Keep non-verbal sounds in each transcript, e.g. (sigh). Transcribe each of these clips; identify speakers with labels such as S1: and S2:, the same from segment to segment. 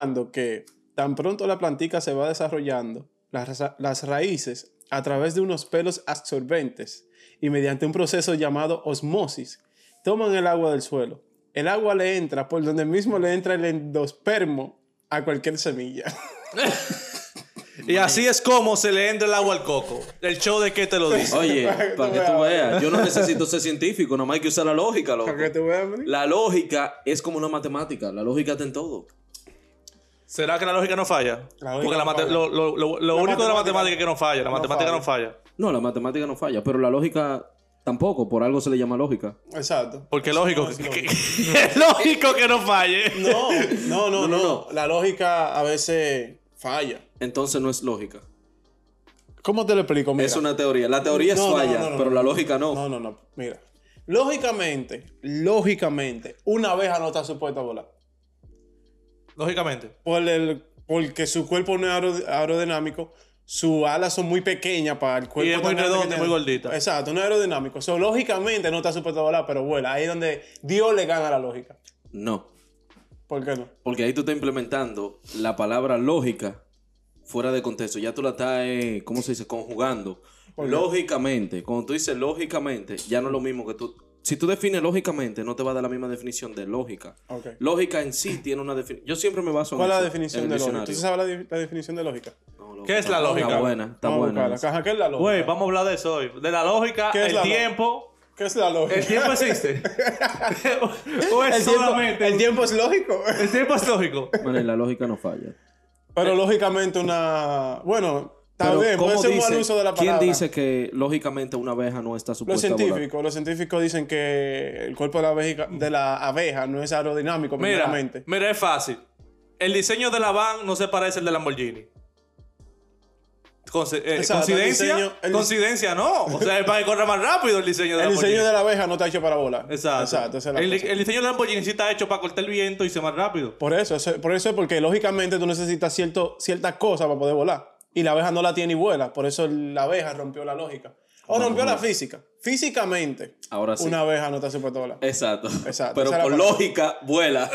S1: observando que tan pronto la plantica se va desarrollando, las, ra- las raíces, a través de unos pelos absorbentes y mediante un proceso llamado osmosis, toman el agua del suelo. El agua le entra por donde mismo le entra el endospermo a cualquier semilla. (laughs)
S2: Y así es como se le entra el agua al coco. El show de qué te lo
S1: (laughs)
S2: dice.
S3: Oye,
S1: Para que
S3: para
S1: tú
S3: que tú
S1: veas.
S3: veas, yo no necesito ser científico, nomás hay que usar la lógica, loco.
S1: Para que tú veas, Mani.
S3: La lógica es como una matemática, la lógica está en todo.
S2: ¿Será que la lógica no falla?
S1: La lógica
S2: Porque la
S1: no
S2: mate-
S1: falla.
S2: lo, lo- lo- lo
S1: La
S2: único de
S1: matemática
S2: la matemática es que no falla. La
S1: no
S2: matemática
S1: falla.
S2: no falla.
S3: No, la matemática no falla, pero la lógica tampoco, por algo se le llama lógica.
S1: Exacto.
S2: Porque es lógico.
S1: No, es
S2: que- (laughs) es lógico que no falle.
S1: No, (laughs) no, no,
S3: No, no,
S1: no.
S3: no.
S1: La lógica a veces falla.
S3: Entonces no es lógica.
S1: ¿Cómo te lo explico? Mira.
S3: Es una teoría. La teoría es
S1: No, no,
S3: falla,
S1: no, no,
S3: pero
S1: no.
S3: la lógica no.
S1: No, no, no. Mira. Lógicamente, lógicamente, una abeja no está supuesta a volar.
S2: Lógicamente.
S1: Por el, porque su cuerpo no es aero- aerodinámico, sus alas son muy pequeñas para el cuerpo.
S2: es
S1: tan
S2: muy
S1: grande que
S2: redonda y
S1: tiene.
S2: muy gordita.
S1: Exacto, no es aerodinámico. So, lógicamente no está supuesto a volar, pero vuela. Ahí es donde Dios le gana la lógica.
S3: No,
S1: ¿Por qué no?
S3: porque ahí tú estás implementando la palabra lógica fuera de contexto. Ya tú la estás, eh, ¿cómo se dice? Conjugando.
S1: ¿Por qué?
S3: Lógicamente, cuando tú dices lógicamente, ya no es lo mismo que tú... Si tú defines lógicamente, no te va a dar la misma definición de lógica.
S1: Ok.
S3: Lógica en sí tiene una definición. Yo siempre me baso en
S1: ¿Cuál es la
S3: eso,
S1: definición
S3: en
S1: de
S3: el
S1: lógica? ¿Tú
S3: diccionario.
S1: sabes la, di- la definición de lógica?
S3: No, loco,
S2: ¿Qué es la
S3: está-
S2: lógica?
S3: Está buena, está
S1: Vamos a
S3: buena.
S1: buscarla. Ajá, ¿Qué es la lógica?
S2: Güey, vamos a hablar de eso hoy. De la lógica,
S1: ¿Qué es
S2: el
S1: la lo-
S2: tiempo.
S1: ¿Qué es la lógica?
S2: ¿El
S1: (laughs)
S2: tiempo existe? (laughs) ¿O es
S1: El tiempo-
S2: solamente?
S1: el tiempo es lógico.
S2: el tiempo es lógico.
S3: Bueno, y la lógica no falla.
S1: Pero lógicamente una... Bueno, está
S3: Pero,
S1: bien, puede
S3: ¿cómo
S1: ser un
S3: dice-
S1: mal uso de la palabra.
S3: ¿Quién dice que lógicamente una abeja no está
S1: Los
S3: supuesta a volar?
S1: científicos, los científicos dicen que el cuerpo de la abeja, de la abeja no es aerodinámico,
S2: Mira,
S1: primeramente.
S2: mira, es fácil. El diseño de la van no se parece al de Lamborghini. Conce- eh,
S1: Exacto, el
S2: coincidencia,
S1: diseño- el-
S2: coincidencia no. O sea, es para que corra más rápido el diseño de
S1: El
S2: Lamborghini.
S1: diseño de la abeja no está hecho para volar.
S2: Exacto.
S1: esa es la
S2: el,
S1: cosa.
S2: el diseño de Lamborghini sí está hecho para cortar el viento y ser más rápido.
S1: Por eso, eso- por eso es porque lógicamente tú necesitas cierto, ciertas cosas para poder volar. Y la abeja no la tiene y vuela. Por eso la abeja rompió la lógica. O rompió la física. Físicamente,
S3: Ahora sí.
S1: una abeja no está supuesta a volar.
S3: Exacto.
S1: Exacto,
S3: Pero
S1: esa es la
S3: por
S1: palabra.
S3: lógica,
S1: (laughs)
S3: vuela.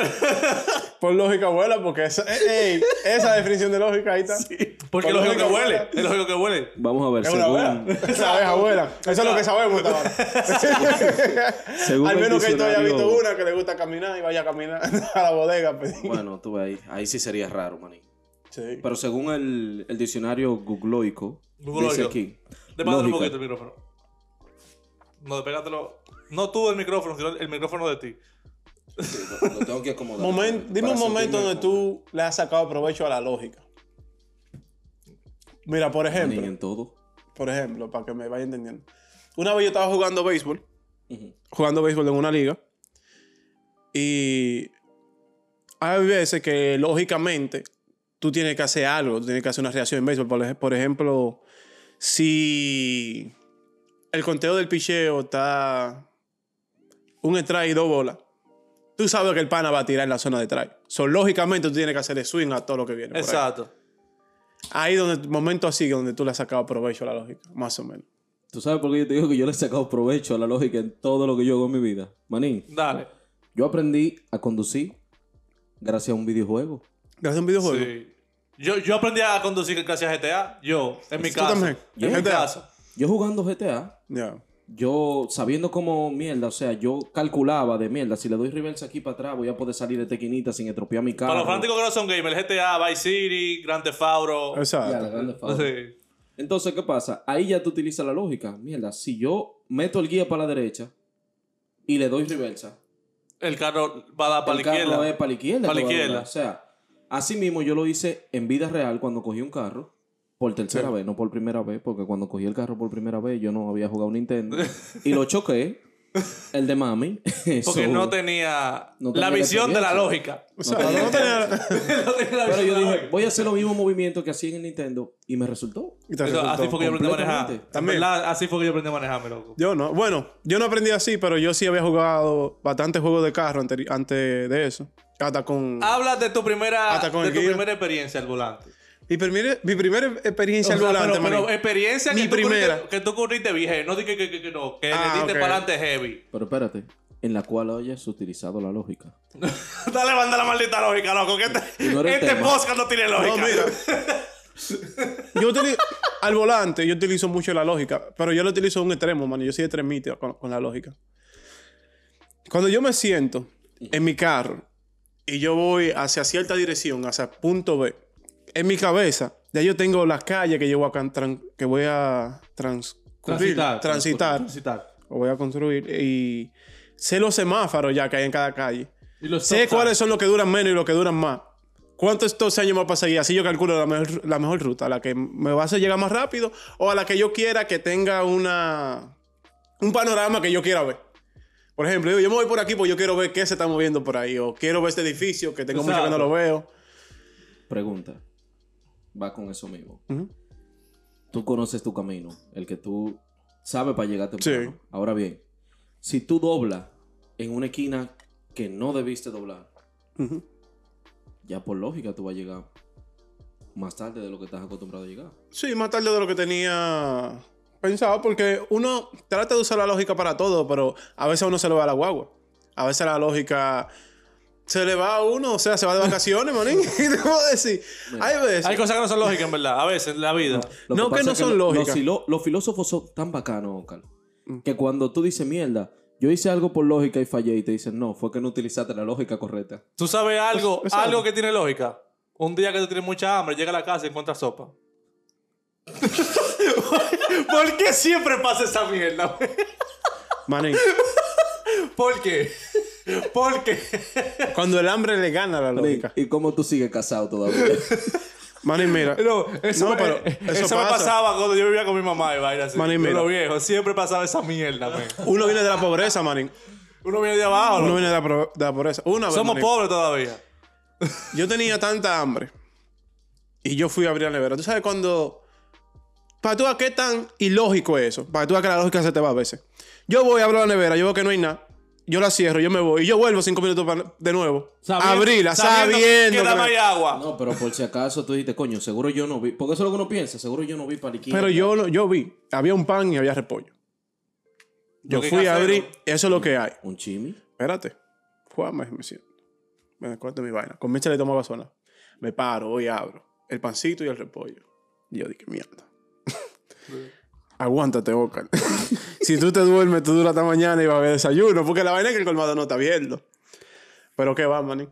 S1: Por lógica vuela, porque esa, eh, ey, esa definición de lógica ahí está.
S2: Porque es
S1: Por
S2: lógico que
S1: lógica
S2: huele. Es lógico que huele.
S3: Vamos a ver,
S1: Es una abeja.
S3: Pues (laughs) según,
S1: Esa abeja vuela. Eso es lo que sabemos hasta ahora.
S3: (laughs) según
S1: Al
S3: el
S1: menos que yo haya
S3: diccionario-
S1: visto una que le gusta caminar y vaya a caminar (laughs) a la bodega. a pedir.
S3: Bueno, tú ves ahí. Ahí sí sería raro, maní.
S1: Sí.
S3: Pero según el, el diccionario googloico,
S2: Googloico.
S3: dice aquí.
S2: Depárate un
S3: lógica.
S2: poquito el micrófono. No, despégatelo. No tú el micrófono, sino el micrófono de ti.
S3: Sí, lo- lo tengo que acomodar.
S1: Momen-
S3: para
S1: dime un
S3: sentirme
S1: momento donde
S3: cómodo.
S1: tú le has sacado provecho a la lógica. Mira, por
S3: Manín,
S1: ejemplo,
S3: en todo.
S1: por ejemplo, para que me vaya entendiendo. Una vez yo estaba jugando béisbol,
S3: Ujú.
S1: jugando béisbol en una liga, y hay veces que lógicamente tú tienes que hacer algo, tú tienes que hacer una reacción en béisbol. Por ej- Por ejemplo, si el conteo del picheo está un strike y dos bolas, tú sabes que el pana va a tirar en la zona de strike. So, lógicamente tú tienes que hacer el swing a todo lo que viene. por ahí.
S2: Exacto.
S1: Ahí donde momento así donde tú le has sacado provecho a la lógica, más o menos.
S3: ¿Tú sabes por qué yo te digo que yo le he sacado provecho a la lógica en todo lo que yo hago en mi vida? Manín,
S2: Dale.
S3: yo aprendí a conducir gracias a un videojuego.
S1: Gracias a un videojuego.
S2: Sí. Yo, yo aprendí a conducir gracias a GTA. Yo, en mi
S1: ¿Tú
S2: caso.
S1: también?
S2: En mi
S1: GTA.
S2: caso.
S3: Yo jugando GTA,
S1: Ya.
S3: yo sabiendo cómo mierda, o sea, yo calculaba de mierda, si le doy reversa aquí para atrás voy a poder salir de tequinita sin estropear mi carro.
S2: Para los fanáticos que no son gamers, GTA, Vice City, Grand Theft Auto.
S3: Ya, la
S1: Exacto.
S3: grande fama.
S2: Sí.
S3: Entonces, ¿qué pasa? Ahí ya tú utilizas la lógica. Mierda, si yo meto el guía para la derecha y le doy reversa,
S2: El carro va a dar para la
S3: el carro
S2: izquierda.
S3: es para la izquierda.
S2: Para la
S3: que va a
S2: izquierda.
S3: doblar. O sea, así mismo yo lo hice en vida real cuando cogí un carro. Por tercera
S1: Sí.
S3: vez, no por primera vez, porque cuando cogí el carro por primera vez yo no había jugado
S2: (laughs)
S3: Nintendo. y lo choqué, el de mami. (laughs)
S2: Porque
S3: So,
S2: no (laughs) tenía
S3: No
S2: la
S3: tenía la
S2: visión de la
S3: experiencia.
S2: lógica. (laughs)
S1: O (laughs) sea,
S3: No te-
S1: no tenía-
S2: No tenía la
S3: (laughs) Pero
S2: visión de la (laughs)
S3: yo dije,
S2: lógica.
S3: voy a hacer los mismos movimientos que hacía en el Nintendo y me resultó.
S1: Y te
S2: Eso, así
S1: resultó.
S2: fue que yo aprendí a manejar.
S3: completamente.
S2: En
S1: También.
S2: verdad, así fue que yo aprendí a manejarme, loco.
S1: Yo no. Bueno, yo no aprendí así, pero yo sí había jugado bastantes juegos de carro anteri- antes de eso. Hasta con...
S2: Habla de tu primera,
S1: Hasta con
S2: de
S1: el
S2: tu
S1: guía.
S2: primera experiencia al volante.
S1: Mi, primer- mi primera experiencia
S2: O sea,
S1: al volante,
S2: pero, pero
S1: manín.
S2: experiencia
S1: Mi
S2: que tú, eh,
S1: primera.
S2: corriste, que tú corriste bien, no dije que, que, que no, que
S1: Ah,
S2: le diste
S1: ok.
S2: para adelante heavy. (laughs)
S3: Pero espérate, en la cual hayas utilizado la lógica.
S2: Dale, manda la maldita lógica, loco. Que este,
S3: Ignora el
S2: este
S3: tema.
S2: podcast no tiene lógica.
S1: No, mira. yo utili- al volante yo utilizo mucho la lógica, pero yo lo utilizo a un extremo, mano. Yo soy extremista con, con la lógica. Cuando yo me siento en mi carro y yo voy hacia cierta dirección, hacia punto B, en mi cabeza ya yo tengo las calles que yo voy a, can- tran- que voy a transcurrir,
S2: Transitar.
S1: transitar,
S2: Transitar.
S1: o voy a construir y sé los semáforos ya que hay en cada calle.
S2: Y los
S1: Sé
S2: stop
S1: cuáles
S2: signs.
S1: son los que duran menos y los que duran más. ¿Cuántos estos años me va a seguir? Así yo calculo la mejor, la mejor ruta, a la que me va a hacer llegar más rápido o a la que yo quiera que tenga una un panorama que yo quiera ver. Por ejemplo, digo, yo me voy por aquí porque yo quiero ver qué se está moviendo por ahí o quiero ver este edificio que tengo mucho que no
S2: Exacto.
S1: lo veo.
S3: Pregunta. Va con eso mismo.
S1: Ujú.
S3: Tú conoces tu camino, el que tú sabes para llegar temprano.
S1: Sí.
S3: Ahora bien, si tú doblas en una esquina que no debiste doblar,
S1: Ujú.
S3: ya por lógica tú vas a llegar más tarde de lo que estás acostumbrado a llegar.
S1: Sí, más tarde de lo que tenía pensado, porque uno trata de usar la lógica para todo, pero a veces a uno se le va la guagua. A veces la lógica se le va a uno, o sea, se va de vacaciones, manín. (laughs) ¿Qué te puedo decir? Hay veces.
S2: Hay cosas que no son lógicas, en verdad. A veces en la vida.
S1: No, que
S3: pasa
S1: no
S3: es
S1: son
S3: lo-
S1: lógicas. Mm.
S3: Los, filo- los filósofos son tan bacanos, Oscar, que cuando tú dices mierda, yo hice algo por lógica y fallé y te dicen no, fue que no utilizaste la lógica correcta.
S2: ¿Tú sabes algo?
S1: Exacto.
S2: Algo que tiene lógica. Un día que tú tienes mucha hambre, llega a la casa y encuentras sopa. (laughs) ¿Por qué siempre pasa esa mierda? (laughs)
S1: Manín,
S2: ¿Por qué? ¿Por qué?
S1: cuando el hambre le gana a la lógica.
S3: ¿Y cómo tú sigues casado todavía?
S1: (laughs) Manín, mira.
S2: No, eso,
S1: No,
S2: me,
S1: pero
S2: eh,
S1: eso
S2: eso me
S1: pasa.
S2: pasaba cuando yo vivía con mi mamá y vaina así.
S1: Manín,
S2: Yo
S1: mira.
S2: lo viejo, siempre pasaba esa mierda, men.
S1: Uno viene de la pobreza, manín.
S2: Uno viene de abajo.
S1: Uno
S2: loco.
S1: viene de la, pro- de la pobreza. Una vez,
S2: Somos
S1: manín,
S2: pobres todavía.
S1: Yo tenía tanta hambre. Y yo fui a abrir la nevera. ¿Tú sabes cuando... Para tú a qué tan ilógico es eso. Para tú a que la lógica se te va a veces. Yo voy, abro la nevera, yo veo que no hay nada. Yo la cierro, yo me voy. Y yo vuelvo cinco minutos pa- de nuevo.
S2: Sabiendo-
S1: Abrirla, sabiendo,
S2: que
S1: que
S2: dame
S1: no-
S2: ahí agua.
S3: No, pero por si acaso tú dijiste, coño, seguro yo no vi. Porque eso es lo que uno piensa, seguro yo no vi paliquín.
S1: Pero yo, no- yo vi. Había un pan y había repollo. Yo
S2: Lo que
S1: fui a
S2: casero.
S1: abrir. Eso es lo que hay.
S3: ¿Un chimi?
S1: espérate, Juanma, me siento. Me acuerdo de mi vaina. Con Micha le tomo basona. Me paro, voy y abro. El pancito y el repollo. Y yo dije,
S2: (laughs)
S1: mierda. Aguántate, Oscar. (laughs) si tú te duermes, tú duras hasta mañana y va a haber desayuno. Porque la vaina es que el colmado no está abierto. Pero qué va, manín.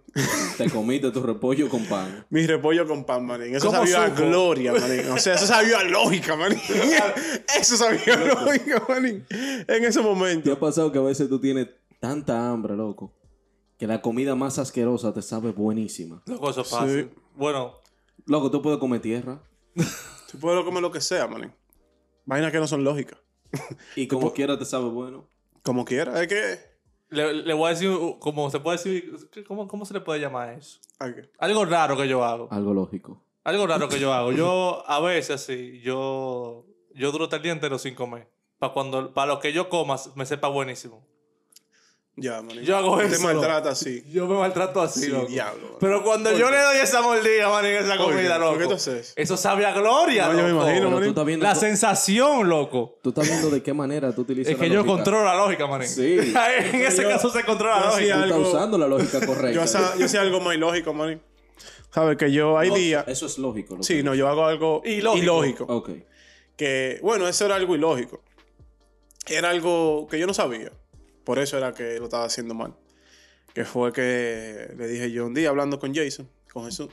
S3: Te comiste tu repollo con pan.
S1: Mi repollo con pan, manín. Eso
S2: ¿Cómo
S1: sabía a
S2: supo?
S1: gloria, manín. O sea, eso sabía a lógica, manín.
S2: (laughs)
S1: Eso sabía a lógica, manín. En ese
S3: ¿Te
S1: momento.
S3: ha pasado que a veces tú tienes tanta hambre, loco, que la comida más asquerosa te sabe buenísima?
S2: Loco, eso es fácil.
S1: Sí.
S2: Bueno,
S3: Loco, tú puedes comer tierra
S1: Tú puedes comer lo que sea, manín. Vainas que no son lógicas.
S3: y como quiera te sabe bueno.
S1: Como quiera. Es que...
S2: le, le voy a decir, uh, como se puede decir, ¿cómo, ¿cómo se le puede llamar eso?
S1: ¿A qué?
S2: Algo raro que yo hago.
S3: Algo lógico.
S2: Algo raro que yo hago. Yo, a veces, sí, yo, yo duro hasta el día entero sin comer. Para cuando, para lo que yo coma, me sepa buenísimo.
S1: Ya, manín.
S2: Yo hago
S1: Te
S2: eso.
S1: maltrata así.
S2: Yo me maltrato así,
S1: Sí,
S2: loco.
S1: diablo, man.
S2: Pero cuando
S1: ¿Por
S2: yo
S1: qué?
S2: le doy esa mordida, man, en esa
S1: ¿Por qué?
S2: comida,
S1: ¿Por
S2: loco.
S1: qué tú haces eso?
S2: Eso sabe a gloria,
S1: No, yo me
S2: loco.
S1: imagino,
S3: Pero
S1: manín.
S3: tú estás viendo,
S2: La
S3: tú-
S2: sensación, loco.
S3: tú estás viendo de qué manera tú utilizas
S2: Es que
S3: la
S2: yo
S3: lógica.
S2: controlo la lógica, manín.
S3: Sí.
S2: (laughs) en ese
S1: Yo-
S2: caso se controla la
S1: yo
S2: lógica.
S1: hacía-
S3: Tú
S1: algo.
S3: estás usando la lógica correcta.
S1: (laughs) Yo, sa- yo sé algo más ilógico, manín. Sabes que yo hay
S3: No,
S1: días.
S3: Eso es lógico. Loco.
S1: Sí, no, yo hago algo
S2: Ilógico.
S1: ilógico.
S3: Ok.
S1: Que, bueno, eso era algo ilógico. Era algo que yo no sabía. Por eso era que lo estaba haciendo mal. Que fue que le dije yo un día hablando con Jason, con Jesús.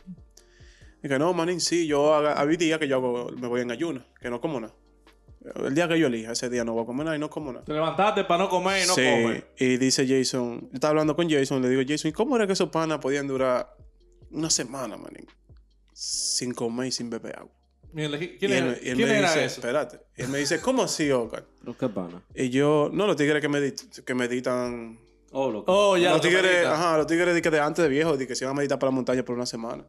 S1: Dije, no, manín, sí, yo haga, había días que yo hago- me voy en ayunas, que no como nada. El día que yo elija, ese día no voy a comer nada y no como nada.
S2: Te levantaste para no comer y no
S1: Sí,
S2: comes.
S1: Y dice Jason, yo estaba hablando con Jason, le digo, Jason, ¿y cómo era que esos panas podían durar una semana, manín? Sin comer y sin beber agua.
S2: Mira, ¿qui-
S1: Y
S2: ¿Quién,
S1: él,
S2: era,
S1: y él
S2: quién
S1: me
S2: era
S1: dice,
S2: eso?
S1: espérate. Y él me dice, ¿cómo así, Oscar?
S3: Pero qué pana.
S1: Y yo, no, los tigres que, medit- que meditan.
S3: Oh, loco.
S2: Oh, ya.
S1: los
S2: lo que me
S1: tigres,
S2: quita.
S1: ajá, los tigres de, que de antes de viejo, de que se iban a meditar para la montaña por una semana.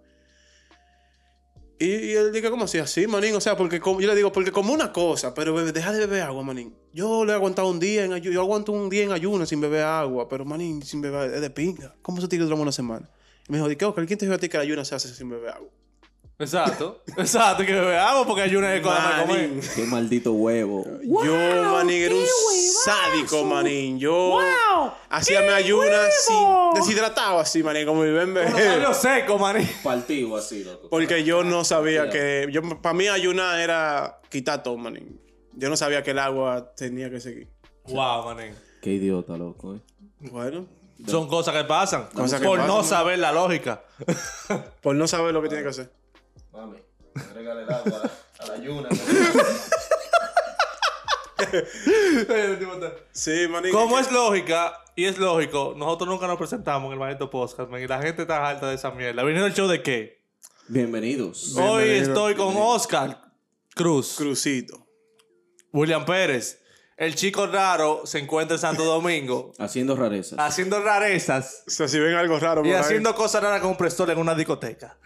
S1: Y, y él dice, ¿cómo así? Así, manín. O sea, porque como- yo le digo, porque como una cosa, pero bebe- deja de beber agua, manín. Yo le he aguantado un día en ayuno, yo aguanto un día en ayuno sin beber agua, pero manín, sin beber, es de pinga. ¿Cómo se tigre duramos una semana? Y me dijo, ¿de qué, Oscar? ¿Quién te dijo a ti que el ayuno se hace sin beber agua?
S2: Exacto. Exacto. Que veamos porque hay una de cosas para comer.
S1: Manín.
S3: Qué maldito huevo.
S1: yo, manín, era un sádico, manín. Yo hacía mi ayuna así, deshidratado así, manín, como mi bebé.
S2: Con los labios secos, maní.
S3: Partido así, loco.
S1: Porque yo no sabía que. Yo, para mí, ayunar era quitar todo, manín. Yo no sabía que el agua tenía que seguir.
S2: Wow, maní.
S3: Qué idiota, loco, eh.
S1: Bueno,
S2: Son cosas que pasan.
S1: Cosas que
S2: por no
S1: pasan, ¿no?
S2: saber
S1: (laughs)
S2: la lógica.
S1: por no saber lo que tiene que hacer.
S4: Mami, regale el agua a la ayuna.
S1: Sí, manín.
S2: Como es lógica y es lógico, nosotros nunca nos presentamos en el maldito podcast, man, y la gente está harta de esa mierda. ¿Vino el show de qué?
S3: (laughs) Bienvenidos.
S1: Bienvenido,
S2: Hoy estoy con
S1: bienvenido.
S2: Oscar Cruz,
S1: Crucito.
S2: William Pérez. El chico raro se encuentra
S1: (laughs)
S2: en Santo Domingo
S3: Haciendo rarezas.
S2: haciendo rarezas
S1: O sea, si ven algo raro,
S2: y
S1: por ahí-
S2: haciendo cosas raras con un prestor en una discoteca.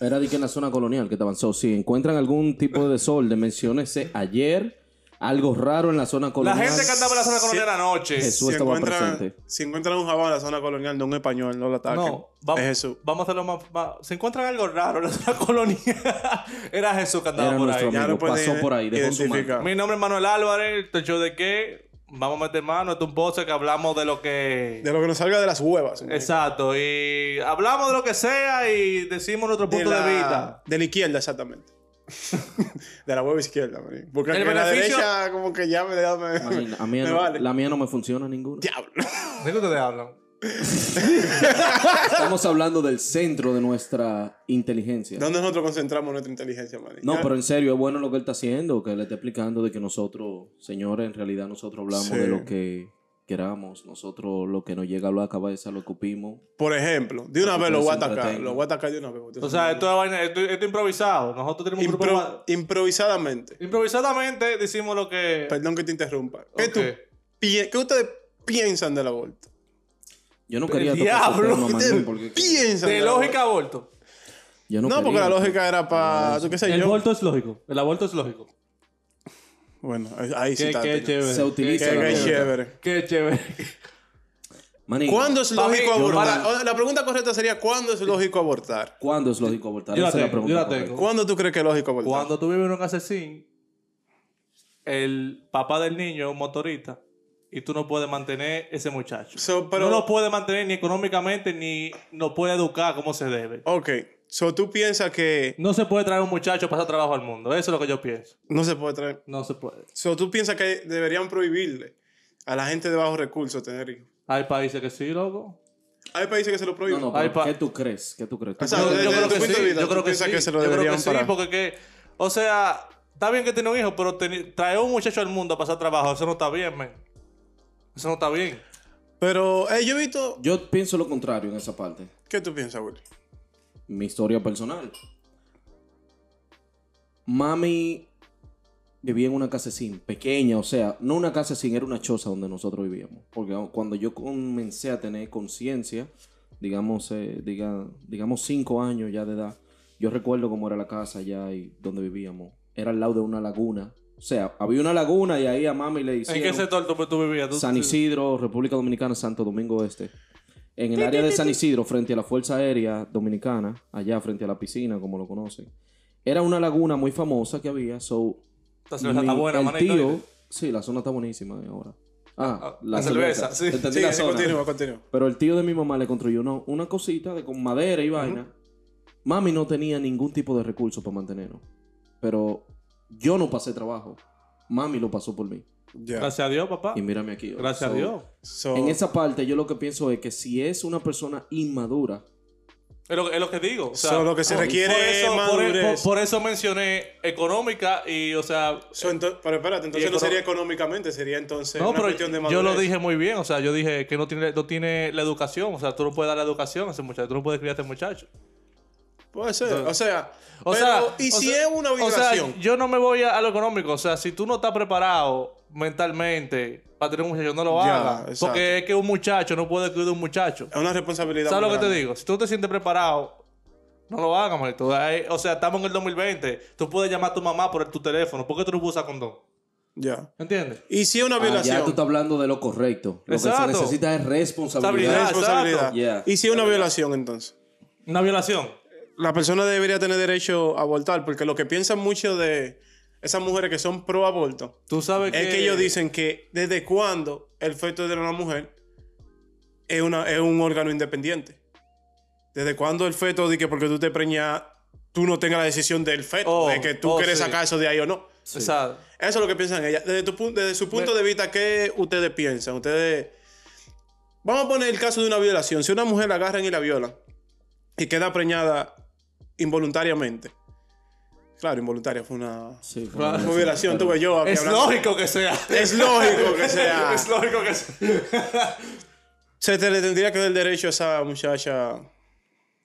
S3: Era de que en la zona colonial que te avanzó. Si encuentran algún tipo de desorden, menciónese ayer algo raro en la zona
S2: La
S3: colonial.
S2: gente que andaba en la zona colonial anoche.
S3: Jesús. tú
S1: si
S3: estabas
S1: encuentran,
S3: presente.
S1: si encuentran un jabón en la zona colonial de un español, no lo ataquen.
S2: No, vamos,
S1: Ah, es Jesús.
S2: vamos a hacerlo más, más- Se encuentran algo raro en la zona (laughs) colonial. Era Jesús que andaba
S3: Era
S2: por ahí.
S3: nuestro
S1: Ya lo
S3: Amigo,
S1: pueden
S3: pasó por ahí, dejó su
S1: identificar.
S2: Mi nombre es Manuel Álvarez, te show de qué. Vamos a meter mano, esto es un podcast que hablamos de lo que.
S1: De lo que nos salga de las huevas. manín.
S2: Exacto, y hablamos de lo que sea y decimos nuestro
S1: de
S2: punto de,
S1: la,
S2: vista.
S1: de la izquierda,
S3: (laughs)
S1: exactamente. de la hueva izquierda, manín. Porque
S2: El
S1: el la
S2: beneficio-
S1: derecha, como que ya me da. Me,
S3: Imagina, a mí
S1: (laughs) me
S3: no-
S1: vale.
S3: La mía no me funciona ninguna.
S1: Diablo. (laughs)
S2: ¿De qué ustedes hablan?
S3: Estamos hablando del centro de nuestra inteligencia.
S1: ¿Dónde nosotros concentramos nuestra inteligencia, manín?
S3: No,
S1: Ya-
S3: pero en serio, es bueno lo que él está haciendo, que le está explicando de que nosotros, señores, en realidad nosotros hablamos
S1: Sí.
S3: de lo que queramos, nosotros lo que nos llega a la cabeza lo ocupimos.
S1: Por ejemplo, de una
S3: Porque
S1: vez lo
S3: se
S1: voy a atacar.
S3: entretenga.
S1: Lo voy a atacar de una vez.
S2: O sea, esto es, vaina- esto, esto es improvisado. Nosotros tenemos un
S1: Impro-
S2: grupo. ma-
S1: improvisadamente.
S2: Improvisadamente decimos lo que.
S1: Perdón que te interrumpa. ¿Qué,
S2: Ok.
S1: tú pi- qué ustedes piensan del aborto?
S3: Yo no
S2: Pero
S3: quería tocar ese
S2: diablo,
S3: tema,
S1: ¿Qué
S3: Manuel,
S1: ustedes
S3: porque
S1: piensan?
S2: De
S1: del
S2: lógica
S1: aborto?
S2: aborto.
S3: yo
S1: No, porque
S3: quería.
S1: la lógica era para. ¿Tú qué sé
S2: El
S1: yo?
S2: aborto es lógico. El aborto es lógico.
S1: Bueno, ahí- ahí sí
S2: Qué,
S1: está.
S2: qué
S1: Qué
S2: chévere.
S3: Se utiliza
S2: Qué-
S3: la
S1: qué
S3: lógica.
S1: chévere.
S2: Qué chévere.
S3: Manín,
S1: ¿Cuándo es
S2: Pa' mí,
S1: lógico
S2: yo no-
S1: abortar? O sea, La pregunta correcta sería: ¿cuándo es lógico abortar?
S3: ¿Cuándo es lógico abortar?
S2: Yo la
S3: Esa es la
S2: tengo,
S3: pregunta.
S2: yo la tengo.
S3: correcta.
S1: ¿Cuándo tú crees que es lógico abortar?
S2: (laughs) Cuando tú vives en un casecín, el papá del niño es un motorista y tú no puedes mantener ese muchacho.
S1: So, pero-
S2: no lo puedes mantener ni económicamente ni no puede educar como se debe.
S1: Ok. So, tú piensas que
S2: No se puede traer un muchacho para hacer trabajo al mundo. Eso es lo que yo pienso.
S1: no se puede traer.
S2: No se puede.
S1: So, tú piensas que deberían prohibirle a la gente de bajos recursos tener hijos.
S2: Hay países que sí, loco.
S1: Hay países que se lo prohíben.
S3: No, no,
S2: Ay,
S3: pero
S2: pa-
S3: ¿qué tú crees? ¿Qué tú crees? ¿Tú
S1: O sea,
S3: crees
S1: desde
S2: yo
S1: tu
S2: creo que
S1: punto
S2: sí.
S1: de vista,
S2: yo
S1: ¿tú
S2: creo que
S1: piensas
S2: sí.
S1: que se lo
S2: yo creo que
S1: deberían
S2: sí,
S1: parar?
S2: porque que, o sea, está bien que tiene un hijo, pero teni- traer un muchacho al mundo para hacer trabajo, eso no está bien, men. Eso no está bien.
S1: Pero eh, yo he visto.
S3: Yo pienso lo contrario en esa parte.
S1: ¿Qué tú piensas, Willy?
S3: Mi historia personal. Mami vivía en una casecín pequeña, o sea, no una casecín, era una choza donde nosotros vivíamos. Porque cuando yo comencé a tener conciencia, digamos, eh, diga, digamos cinco años ya de edad, yo recuerdo cómo era la casa ya y donde vivíamos. Era al lado de una laguna. O sea, había una laguna y ahí a mami le
S2: ¿En qué
S3: hicieron...
S2: sector tú, tú vivías? Tú-
S3: San Isidro, República Dominicana, Santo Domingo Este. En el área de San Isidro, frente a la Fuerza Aérea Dominicana, allá frente a la piscina, como lo conocen, era una laguna muy famosa que había. So,
S2: Esta cerveza
S3: mi-
S2: está buena,
S3: el
S2: manito,
S3: tío,
S2: ¿viste?
S3: sí, la zona está buenísima eh, ahora.
S2: Ah,
S3: Ah, la,
S2: la cerveza,
S3: cerveza.
S2: sí.
S3: Entendí
S1: Sí,
S3: la
S1: sí,
S3: zona.
S1: continúa, continúa.
S3: Pero el tío de mi mamá le construyó una, una cosita de, con madera y vaina. Mami no tenía ningún tipo de recurso para mantenernos. Pero yo no pasé trabajo. Mami lo pasó por mí.
S1: Ya.
S2: Gracias a Dios, papá.
S3: Y mírame aquí. ahora.
S2: Gracias a
S3: So,
S2: Dios.
S1: So,
S3: En esa parte, yo lo que pienso es que si es una persona inmadura,
S2: Es lo, es lo que digo. O sea,
S1: so, lo que se
S2: por
S1: requiere
S2: eso-
S1: es
S2: por, e-
S1: madurez.
S2: por- por eso mencioné económica y, o sea.
S1: So, ento- pero espérate, entonces
S2: Y
S1: no
S2: econo-
S1: sería económicamente, sería entonces
S2: no,
S1: una
S2: pero
S1: cuestión de madurez.
S2: yo lo dije muy bien. O sea, yo dije que no tiene, no tiene la educación. O sea, tú no puedes dar la educación a ese muchacho. Tú no puedes criar a ese muchacho.
S1: Puede ser, o sea.
S2: O
S1: pero,
S2: sea,
S1: ¿y
S2: o
S1: si
S2: sea-
S1: es una
S2: O
S1: violación?
S2: sea, yo no me voy a, a lo económico. O sea, si tú no estás preparado mentalmente para tener un muchacho, no lo
S1: Ya,
S2: hagas.
S1: exacto.
S2: Porque es que un muchacho no puede cuidar a un muchacho.
S1: es una responsabilidad.
S2: ¿Sabes
S1: muy
S2: lo que te
S1: grande.
S2: digo? Si tú te sientes preparado, no lo hagas, manito. Ahí- eh, O sea, estamos en el 2020. Tú puedes llamar a tu mamá por tu teléfono. ¿Por qué tú no usas condón?
S1: Ya.
S2: ¿Entiendes?
S1: ¿Y si es una
S3: ah,
S1: violación?
S3: ya tú estás hablando de lo correcto. Lo
S2: Exacto.
S3: que se necesita es
S1: Una
S2: Ah,
S3: responsabilidad.
S2: Estabilidad.
S1: responsabilidad.
S3: Exacto. Yeah.
S1: ¿Y si es una violación entonces?
S2: Una violación.
S1: la persona debería tener derecho a abortar, porque lo que piensan mucho de esas mujeres que son pro aborto
S2: Tú sabes
S1: es que ellos dicen que desde cuándo el feto de una mujer es, una, es un órgano independiente. Desde cuándo el feto, de que porque tú te preñas, tú no tengas la decisión del feto,
S2: Oh,
S1: de que tú
S2: oh,
S1: quieres
S2: sí.
S1: sacar eso de ahí o no.
S2: O sea,
S1: Eso es lo que piensan ellas. Desde, tu pu- desde su punto
S2: Me-
S1: de vista, ¿qué ustedes piensan? Ustedes. Vamos a poner el caso de una violación. Si una mujer la agarran y la violan y queda preñada involuntariamente. Claro, involuntaria fue una,
S3: Sí,
S1: fue una
S3: claro.
S1: violación. Tuve yo aquí
S2: es
S1: hablando.
S2: lógico que sea.
S1: Es lógico
S2: (laughs)
S1: que sea.
S2: es lógico que sea.
S1: Se te le tendría que dar derecho a esa muchacha.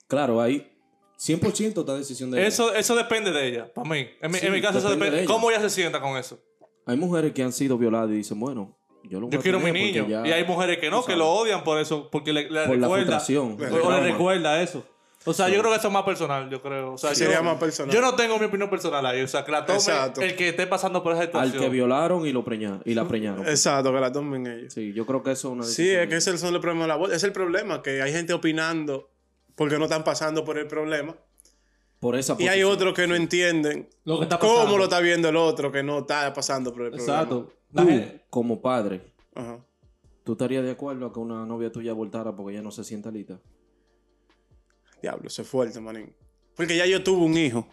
S3: Claro, ahí 100% está decisión de ella.
S2: Eso, eso depende de ella, para mí. En mi,
S3: Sí,
S2: en mi caso, eso
S3: depende
S2: depende.
S3: de ella.
S2: ¿Cómo ella se sienta con eso?
S3: Hay mujeres que han sido violadas y dicen, bueno, yo lo voy
S2: Yo
S3: a
S2: quiero mi
S3: tener porque
S2: niño.
S3: ya-
S2: Y hay mujeres que no, que lo odian por eso, porque le, le
S3: Por la
S2: recuerda.
S3: frustración,
S2: o-
S3: el
S2: o
S3: trauma.
S2: le recuerda eso. O sea, yo creo que eso es más personal, yo creo. O sea,
S1: Sí, sería
S2: yo,
S1: más personal.
S2: Yo no tengo mi opinión personal ahí. O sea, que la tome
S1: Exacto.
S2: el que esté pasando por esa situación.
S3: al que violaron y lo preñaron y la preñaron.
S1: Exacto, que la tomen ellos.
S3: Sí, yo creo que eso es una
S1: Sí,
S3: decisión
S1: es que
S3: de-
S1: ese es el problema de la aborto. Es el problema, que hay gente opinando porque no están pasando por el problema.
S3: por esa
S1: Y hay
S3: posición.
S1: otros que no entienden
S2: Lo que está
S1: cómo
S2: pasando.
S1: lo está viendo el otro que no está pasando por el problema.
S2: Exacto. La
S3: Tú,
S2: gente-
S3: como padre,
S1: Ajá.
S3: ¿tú estarías de acuerdo a que una novia tuya abortara porque ella no se sienta lista?
S1: Diablo, eso es fuerte, manín. Porque ya yo tuve un hijo.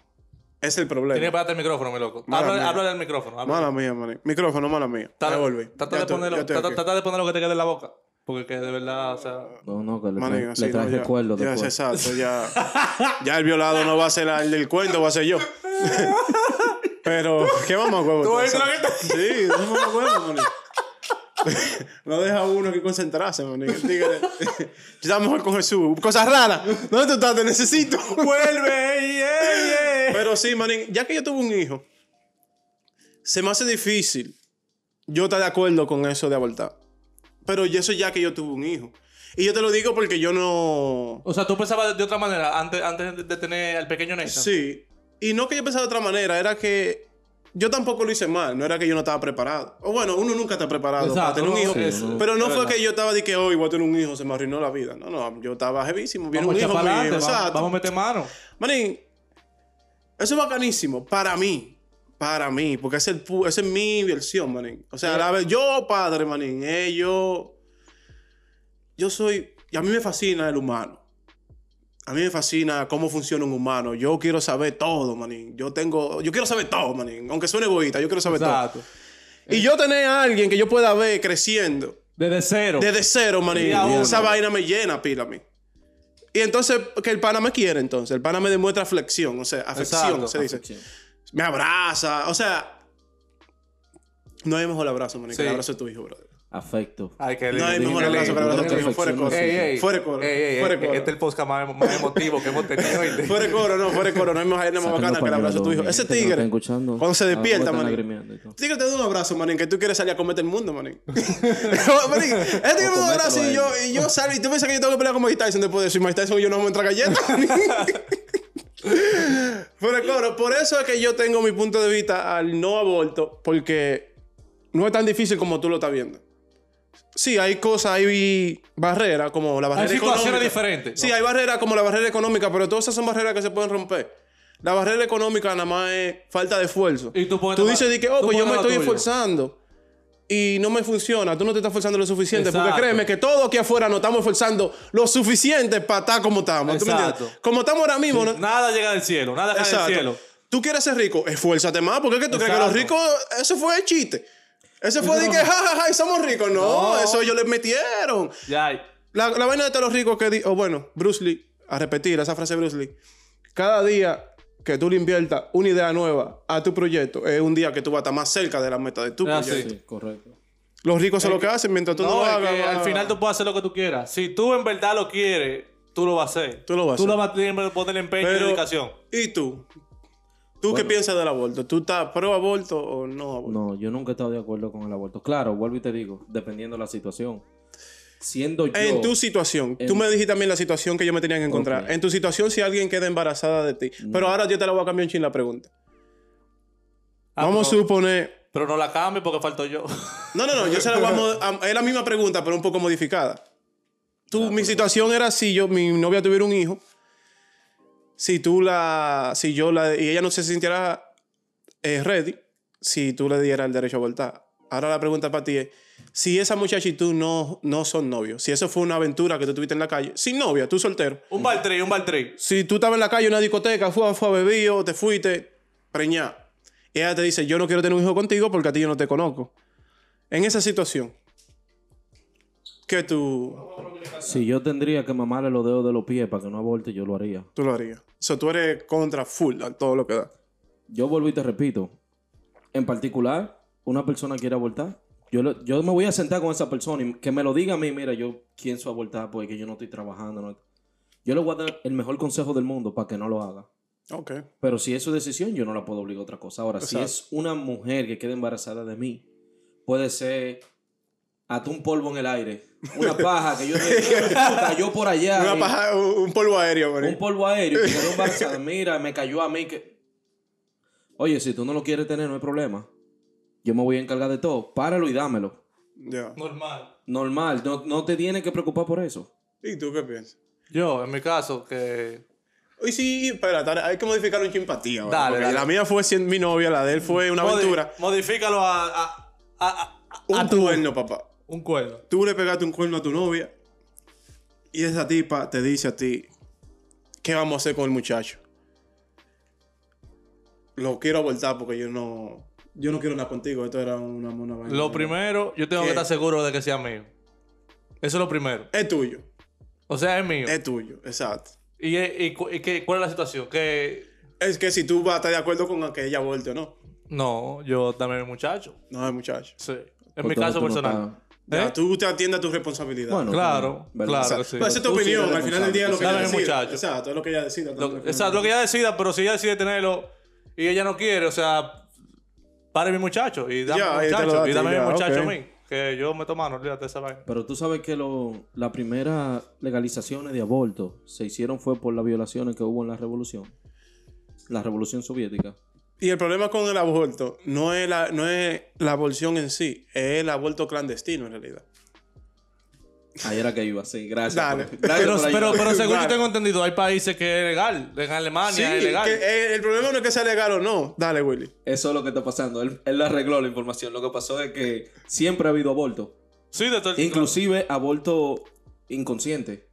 S1: Es el problema.
S2: Tienes que pegarte el micrófono, mi loco.
S1: Mala
S2: Háblale,
S1: mía.
S2: háblale al micrófono. háblale.
S1: Mala mía, manín. Micrófono, mala mía.
S2: Trata-
S1: Me volví.
S2: Trata
S1: Ya
S2: de
S1: estoy- ya
S2: ponerlo-
S1: estoy
S2: trata-
S1: aquí.
S2: trata de poner lo que te quede en la boca. Porque que de verdad, o sea.
S3: No, no, que le,
S1: Manín,
S3: traes-
S1: así,
S3: le
S1: no,
S3: traes
S1: ya-
S3: recuerdos
S1: ya,
S3: después.
S1: exacto, ya,
S2: (laughs)
S1: ya el violado no va a ser la- el del cuento, va a ser yo. Pero, ¿qué vamos a huevo?
S2: Tú
S1: tú,
S2: ves lo
S1: exacto? Sí, no vamos a huevo, manín. (laughs) No deja a uno que concentrarse, manín. El tigre- (laughs) Yo estaba mejor con Jesús. Cosas raras. ¿Dónde tú estás? Te necesito.
S2: ¡Vuelve! yeah, yeah!
S1: Pero sí, manín, ya que yo tuve un hijo, se me hace difícil. Yo estar de acuerdo con eso de abortar. Pero yo eso ya que yo tuve un hijo. Y yo te lo digo porque yo no...
S2: O sea, tú pensabas de- de otra manera antes, antes de- de tener al pequeño Nathan.
S1: Sí. Y no que yo pensaba de otra manera, era que yo tampoco lo hice mal, no era que yo no estaba preparado. O bueno, uno nunca está preparado para
S2: Exacto,
S1: tener un
S2: no,
S1: hijo.
S2: es-
S1: pero no
S2: es
S1: fue
S2: verdad.
S1: que yo estaba de que hoy voy a tener un hijo, se me arruinó la vida. No, no, yo estaba jevísimo, viene un
S2: Vamos a
S1: hijo
S2: echar para
S1: mío,
S2: adelante, va-
S1: exacto.
S2: vamos a meter mano.
S1: Manín, eso es bacanísimo para mí. Para mí, porque ese es, el pu- esa es mi versión, manín. O sea, la vez- yo, padre, manín, eh, yo. Yo soy. Y a mí me fascina el humano. A mí me fascina cómo funciona un humano. Yo quiero saber todo, manín. Yo tengo. Yo quiero saber todo, manín. Aunque suene egoísta, yo quiero saber
S2: Exacto.
S1: todo. Y yo tener a alguien que yo pueda ver creciendo.
S2: Desde cero.
S1: Desde cero, manín.
S2: Día uno.
S1: Esa vaina me llena, pila a mí. Y entonces, que el pana me quiere, entonces. El pana me demuestra flexión, o sea, afección,
S2: Exacto,
S1: se dice. Me abraza, o sea. No hay mejor abrazo, manín, que
S2: Sí.
S1: el abrazo de tu hijo, brother.
S3: Afecto.
S1: Ah,
S2: Ay, qué lindo.
S1: No hay mejor
S2: qué
S1: abrazo que
S2: lindo.
S1: el abrazo de tu hijo.
S3: Afección,
S1: Fuera de
S3: no
S1: coro.
S3: sé.
S2: Ey, ey.
S1: Fuera de coro.
S2: Ey, ey,
S1: Fuera
S2: ey,
S1: de coro.
S2: Este es el podcast más, más emotivo que hemos tenido. ¿oíste?
S1: Fuera de coro, no, fuera de coro. No hay mejor, no hay más bacana que el abrazo de tu hijo. Ese tigre. Cuando
S3: Ah,
S1: se despierta, manín. Tigre te da un abrazo, manín, que tú quieres salir a comerte el mundo,
S2: (laughs)
S1: manín. (laughs) manín, este que me da un abrazo y yo, y yo salgo y tú piensas que yo tengo que pelear con Mike Tyson después de eso. Y Mike Tyson y yo no vamos a entrar galletas. (laughs) manín. Pero claro, por eso es que yo tengo mi punto de vista al no aborto, porque no es tan difícil como tú lo estás viendo. Sí, hay cosas, hay barreras como la barrera
S2: situaciones
S1: económica.
S2: diferentes.
S1: Sí, hay barreras como la barrera económica, pero todas esas son barreras que se pueden romper. La barrera económica nada más es falta de esfuerzo.
S2: Y tú pones
S1: Tú
S2: la-
S1: dices de que, oh,
S2: tú
S1: pues yo
S2: pones
S1: me
S2: la
S1: estoy
S2: tuya.
S1: esforzando y no me funciona. Tú no te estás esforzando lo suficiente. Porque
S2: Exacto.
S1: créeme que todos aquí afuera nos estamos esforzando lo suficiente para estar como estamos. ¿Tú me entiendes?
S2: Exacto.
S1: Como estamos ahora mismo, ¿no?
S2: Nada llega del cielo, nada cae del
S1: Exacto.
S2: cielo.
S1: Tú quieres ser rico, esfuérzate más. Porque es que tú crees que los
S2: Exacto.
S1: ricos, eso fue el chiste. Eso fue de que, ja, ja, ja, y somos ricos. No,
S2: No.
S1: eso ellos les metieron.
S2: Ya hay.
S1: La, la vaina de todos los ricos que dijo, bueno, Bruce Lee, a repetir esa frase de Bruce Lee. Cada día que tú le inviertas una idea nueva a tu proyecto es un día que tú vas a estar más cerca de la meta de tu
S2: Ah,
S1: proyecto.
S3: Sí, correcto.
S1: Los ricos son lo que hacen mientras tú no,
S2: No,
S1: lo
S2: es
S1: hagas.
S2: que
S1: va-
S2: al final tú puedes hacer lo que tú quieras. Si tú en verdad lo quieres, tú lo vas a hacer.
S1: Tú lo vas a
S2: Tú
S1: hacer.
S2: le vas a tener- poner empeño
S1: Pero-
S2: y dedicación.
S1: ¿Y tú? ¿Tú qué
S3: Bueno.
S1: piensas del aborto? ¿Tú estás pro aborto o no aborto?
S3: No, yo nunca he estado de acuerdo con el aborto. Claro, vuelvo y te digo, dependiendo de la situación. Siendo yo.
S1: En tu situación, tú
S3: en-
S1: me dijiste también la situación que yo me tenía que encontrar.
S3: Ok.
S1: En tu situación, si alguien queda embarazada de ti. Pero ahora yo te la voy a cambiar un chin la pregunta.
S2: Ah,
S1: Vamos
S2: pero-
S1: a suponer
S2: Pero no la cambies porque falto yo. (laughs)
S1: No, no, no, yo se la voy a mo- a- Es la misma pregunta, pero un poco modificada. Tú, mi situación era si yo, mi novia tuviera un hijo si tú la. Si yo la. Y ella no se sintiera eh, ready si tú le dieras el derecho a voltar. Ahora la pregunta para ti es: si esa muchacha y tú no, no son novios, si eso fue una aventura que tú tuviste en la calle, sin novia, tú soltero.
S2: Un baltrí, un baltrí.
S1: Si tú estabas en la calle, en una discoteca, fue, fue a beber o te fuiste, preñá. Y ella te dice: Yo no quiero tener un hijo contigo porque a ti yo no te conozco. En esa situación, ¿qué tú,
S3: Si yo tendría que mamarle los dedos de los pies para que no aborte, yo lo haría.
S1: tú lo harías? O sea, tú eres contra full a todo lo que da.
S3: Yo vuelvo y te repito. En particular, una persona quiere abortar. Yo, lo- yo me voy a sentar con esa persona y que me lo diga a mí, mira, yo pienso abortar porque yo no estoy trabajando. no- Yo le voy a dar el mejor consejo del mundo para que no lo haga.
S1: Ok.
S3: Pero si es su decisión, yo no la puedo obligar a otra cosa. Ahora,
S1: Exacto.
S3: si es una mujer que queda embarazada de mí, puede ser hasta un polvo en el aire,
S1: (laughs)
S3: una paja que yo cayó por allá.
S1: Una
S3: y-
S1: paja, un un polvo aéreo, maní.
S3: un polvo aéreo que quedó embarazada. Mira, me cayó a mí que. Oye, si tú no lo quieres tener, no hay problema. Yo me voy a encargar de todo. Páralo y dámelo.
S1: Ya.
S2: Normal.
S3: Normal, no, no te tienes que preocupar por eso.
S1: ¿Y tú qué piensas?
S2: Yo, en mi caso, que.
S1: Y sí, espérate, ahora hay que modificar un chimpatía.
S2: Dale, dale.
S1: La mía fue siendo mi novia, la de él fue una
S2: Modi-
S1: aventura.
S2: Modifícalo a. a, a- a-
S1: Un
S2: a tu-
S1: cuerno, papá.
S2: Un cuerno.
S1: Tú le pegaste un cuerno a tu novia y esa tipa te dice a ti, ¿qué vamos a hacer con el muchacho? Lo quiero abortar porque yo no... Yo no quiero nada contigo, esto era una mona vaina.
S2: Lo primero, Mm. yo tengo
S1: ¿Qué?
S2: que estar seguro de que sea mío. Eso es lo primero.
S1: Es tuyo,
S2: O sea, es mío.
S1: es tuyo, exacto.
S2: ¿Y, eh, y, cu- y qué- cuál es la situación? Que.
S1: Es que si tú vas a estar de acuerdo con que ella volte o no.
S2: No, yo también soy muchacho.
S1: No, el muchacho.
S2: Sí. En
S3: Por
S2: mi
S3: todo
S2: caso
S3: tú no
S2: personal.
S1: Ya,
S2: ¿Eh?
S1: tú te atiendes a tu responsabilidad.
S3: Bueno,
S2: Claro, claro
S3: ¿verdad?
S1: O sea,
S2: que sí.
S1: pero esa es tu
S3: Tú sí
S1: opinión.
S3: eres
S1: Al final del día es lo que
S2: responsable.
S1: ella
S2: Dame el
S1: decida.
S2: muchacho.
S1: Exacto, es lo que ella decida.
S2: Lo- exacto, lo que ella decida, pero si ella decide tenerlo y ella no quiere, o sea, pare mi muchacho y dame
S1: Ya,
S2: mi
S1: ahí te lo
S2: muchacho,
S1: da a
S2: y
S1: ti,
S2: dame mi
S1: ya,
S2: muchacho
S1: ok.
S2: a mí, que yo me tomo mano, olvídate de esa vaina.
S3: Pero tú sabes que lo, las primeras legalizaciones de aborto se hicieron fue por las violaciones que hubo en la revolución. La revolución soviética.
S1: Y el problema con el aborto no es, la, no es la aborción en sí, es el aborto clandestino en realidad.
S3: Ahí era que iba, sí, gracias.
S1: Dale.
S3: por- gracias
S2: Pero,
S3: por
S2: pero,
S3: ayudar.
S2: pero según
S1: Claro.
S2: yo tengo entendido, hay países que es legal, en Alemania
S1: Sí,
S2: Ah, es legal.
S1: que, eh, el problema no es que sea legal o no. Dale, Willy.
S3: Eso es lo que está pasando. Él, él arregló la información. Lo que pasó es que siempre ha habido aborto.
S2: Sí, de todo-
S3: Inclusive aborto inconsciente.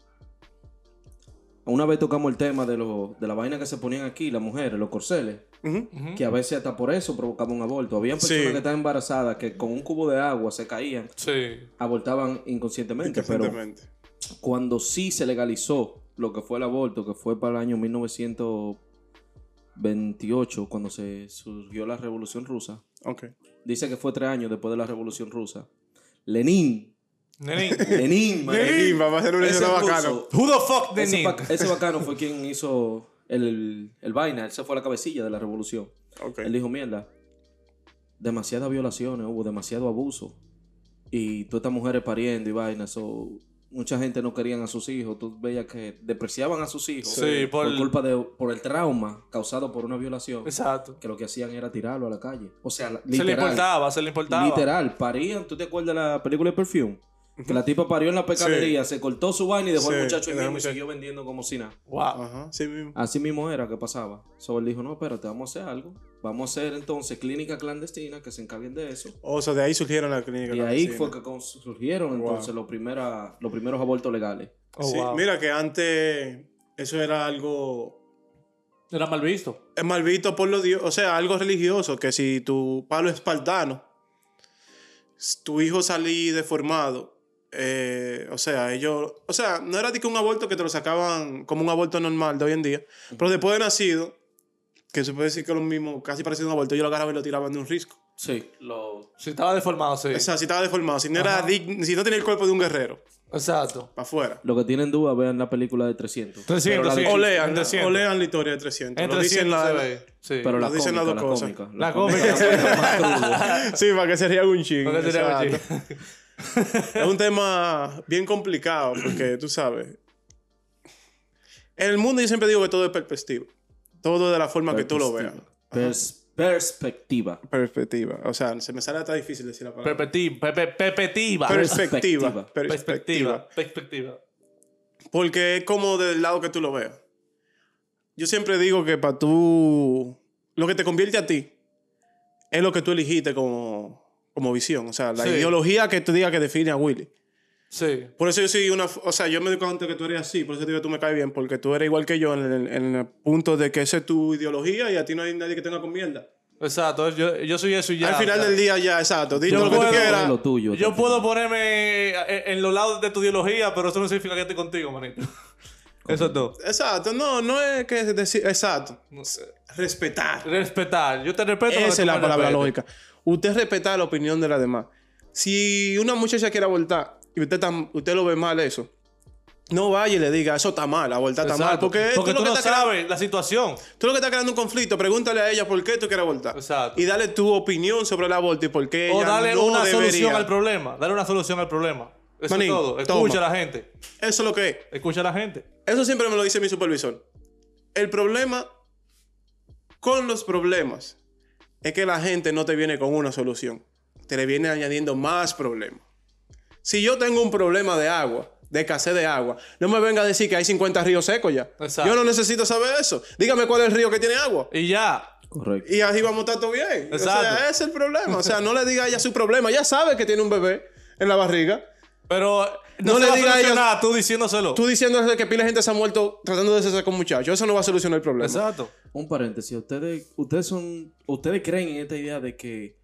S3: Una vez tocamos el tema de, lo- de la vaina que se ponían aquí, las mujeres, los corceles,
S1: Ujú.
S2: Ujú.
S3: que a veces hasta por eso provocaba un aborto. Habían personas
S1: Sí.
S3: que estaban embarazadas que con un cubo de agua se caían,
S2: Sí.
S3: abortaban inconscientemente. Pero
S1: Inconscientemente.
S3: cuando sí se legalizó lo que fue el aborto, que fue para el año 1928, cuando se surgió la Revolución Rusa,
S1: Ok.
S3: dice que fue tres años después de la Revolución Rusa. Lenin,
S1: (laughs)
S2: Lenin.
S3: Lenin, man.
S1: Lenin, papá, ese Lenin
S3: Ese
S1: era
S3: ruso,
S1: bacano.
S2: Who the fuck
S3: Ese,
S2: Lenin?
S3: bac- ese bacano fue quien hizo el, el vaina, él se fue a la cabecilla de la revolución.
S1: Ok.
S3: Él dijo, mierda, demasiadas violaciones hubo, demasiado abuso. Y todas estas mujeres pariendo y vainas, so, mucha gente no querían a sus hijos, tú veías que depreciaban a sus hijos
S2: Sí,
S3: por,
S2: por-
S3: culpa de por el trauma causado por una violación,
S2: Exacto.
S3: que lo que hacían era tirarlo a la calle. O sea, la-
S2: Se le
S3: literal,
S2: importaba, se le importaba.
S3: Literal, parían. ¿Tú te acuerdas de la película de Perfume? Que la tipa parió en la pescadería, se cortó su vaina y dejó
S1: Sí,
S3: al muchacho ahí
S1: dejó al
S3: mismo y
S1: muchacho.
S3: siguió vendiendo como si nada.
S2: Wow.
S1: Ajá, sí mismo.
S3: Así mismo era que pasaba. So él dijo, no, espérate, vamos a hacer algo. Vamos a hacer entonces clínica clandestina que se encarguen de eso.
S1: O sea, Oh, de ahí surgieron las clínicas.
S3: Y ahí
S1: clandestinas.
S3: fue que cons- surgieron entonces los, primera- los primeros abortos legales.
S2: Oh,
S1: Sí,
S2: wow.
S1: Mira que antes eso era algo
S2: Era mal visto.
S1: es mal visto por los dios, o sea, algo religioso, que si tu palo espartano, s- tu hijo salí deformado, eh, o sea, ellos, o sea, no era de que un aborto que te lo sacaban como un aborto normal de hoy en día, pero después de nacido, que se puede decir que es lo mismo, casi parecido a un aborto, ellos lo agarraban y lo tiraban de un risco.
S3: Sí. Lo...
S2: Si estaba deformado, sí.
S1: O sea, si estaba deformado, si no, era
S2: Ajá.
S1: dign- si no tenía el cuerpo de un guerrero,
S2: Exacto.
S1: para afuera.
S3: que tienen duda, vean la película de 300.
S1: Pero
S2: 300,
S1: la-
S2: sí.
S1: o, lean, la-
S2: 300.
S1: o lean la historia de 300.
S2: En
S1: lo dicen
S2: 300 se
S1: la-
S2: ve. Sí.
S3: Pero la
S1: Nos dicen
S3: cómica,
S1: las
S3: la
S1: dos cosas.
S3: cómica.
S2: La cómica.
S3: la
S1: (laughs)
S3: más cruda.
S1: Sí, para que se rían un chingo.
S2: No le tenía
S1: exacto.
S2: bachiller.
S1: Es un tema bien complicado porque tú sabes. En el mundo yo siempre digo que todo es perspectiva. Todo de la forma que tú lo veas.
S3: Pers- perspectiva.
S1: Perspectiva. O sea, se me sale hasta difícil decir la palabra.
S2: Perspectiva. pe- pe- Perspectiva.
S1: Perspectiva.
S3: Perspectiva.
S1: Perspectiva.
S2: Perspectiva. Perspectiva.
S1: Porque es como del lado que tú lo veas. Yo siempre digo que para tú. Lo que te convierte a ti es lo que tú eligiste como, como visión. O sea, la
S2: Sí.
S1: ideología que te diga que define a Willy.
S2: Sí.
S1: Por eso yo soy una. O sea, yo me doy cuenta que tú eres así. Por eso digo que tú me caes bien. Porque tú eres igual que yo en el, en el punto de que esa es tu ideología y a ti no hay nadie que tenga con mierda.
S2: Exacto. Yo, yo soy eso y ya.
S1: Al final
S2: o sea,
S1: del día, ya, exacto. Dilo
S2: Yo
S1: lo que tú
S2: puedo-
S1: quieras.
S3: lo tuyo.
S2: Yo puedo ponerme en, en los lados de tu ideología, pero eso no significa que esté contigo, manito. Eso es todo.
S1: Exacto, no, no es que decir. Exacto.
S2: No sé.
S1: Respetar.
S2: Respetar. Yo te respeto. pero
S1: Esa
S2: tú
S1: es
S2: me
S1: la palabra
S2: respetes.
S1: lógica. Usted respeta la opinión de las demás. Si una muchacha quiere abortar y usted, tam- usted lo ve mal eso, no vaya y le diga, eso está mal, abortar está mal.
S2: Exacto.
S1: Porque,
S2: Porque
S1: tú,
S2: tú
S1: lo que
S2: no
S1: estás crea-
S2: sabes la situación.
S1: tú lo que estás creando un conflicto, pregúntale a ella por qué tú quieres abortar.
S2: Exacto.
S1: Y dale tu opinión sobre el aborto y por qué
S2: O
S1: ella
S2: darle
S1: no
S2: una
S1: debería.
S2: solución al problema. Dale una solución al problema. Eso
S1: Manín,
S2: es todo.
S1: toma.
S2: Escucha a la gente.
S1: Eso es lo que es.
S2: Escucha a la gente.
S1: Eso siempre me lo dice mi supervisor. El problema con los problemas es que la gente no te viene con una solución. Te le viene añadiendo más problemas. Si yo tengo un problema de agua, de escasez de agua, no me venga a decir que hay 50 ríos secos ya.
S2: Exacto.
S1: Yo no necesito saber eso. Dígame cuál es el río que tiene agua.
S2: Y ya.
S3: Correcto.
S1: Y así vamos a estar todo bien. O sea,
S2: Exacto.
S1: ese es el problema. O sea, no le diga a ella su problema. Ya sabe que tiene un bebé en la barriga.
S2: Pero no,
S1: No
S2: le
S1: le
S2: va a
S1: diga a ellos-
S2: solucionar tú diciéndoselo.
S1: Tú diciéndole que pila de gente se ha muerto tratando de deshacer con muchachos. Eso no va a solucionar el problema.
S2: Exacto.
S3: Un paréntesis. Ustedes, ustedes son, ustedes creen en esta idea de que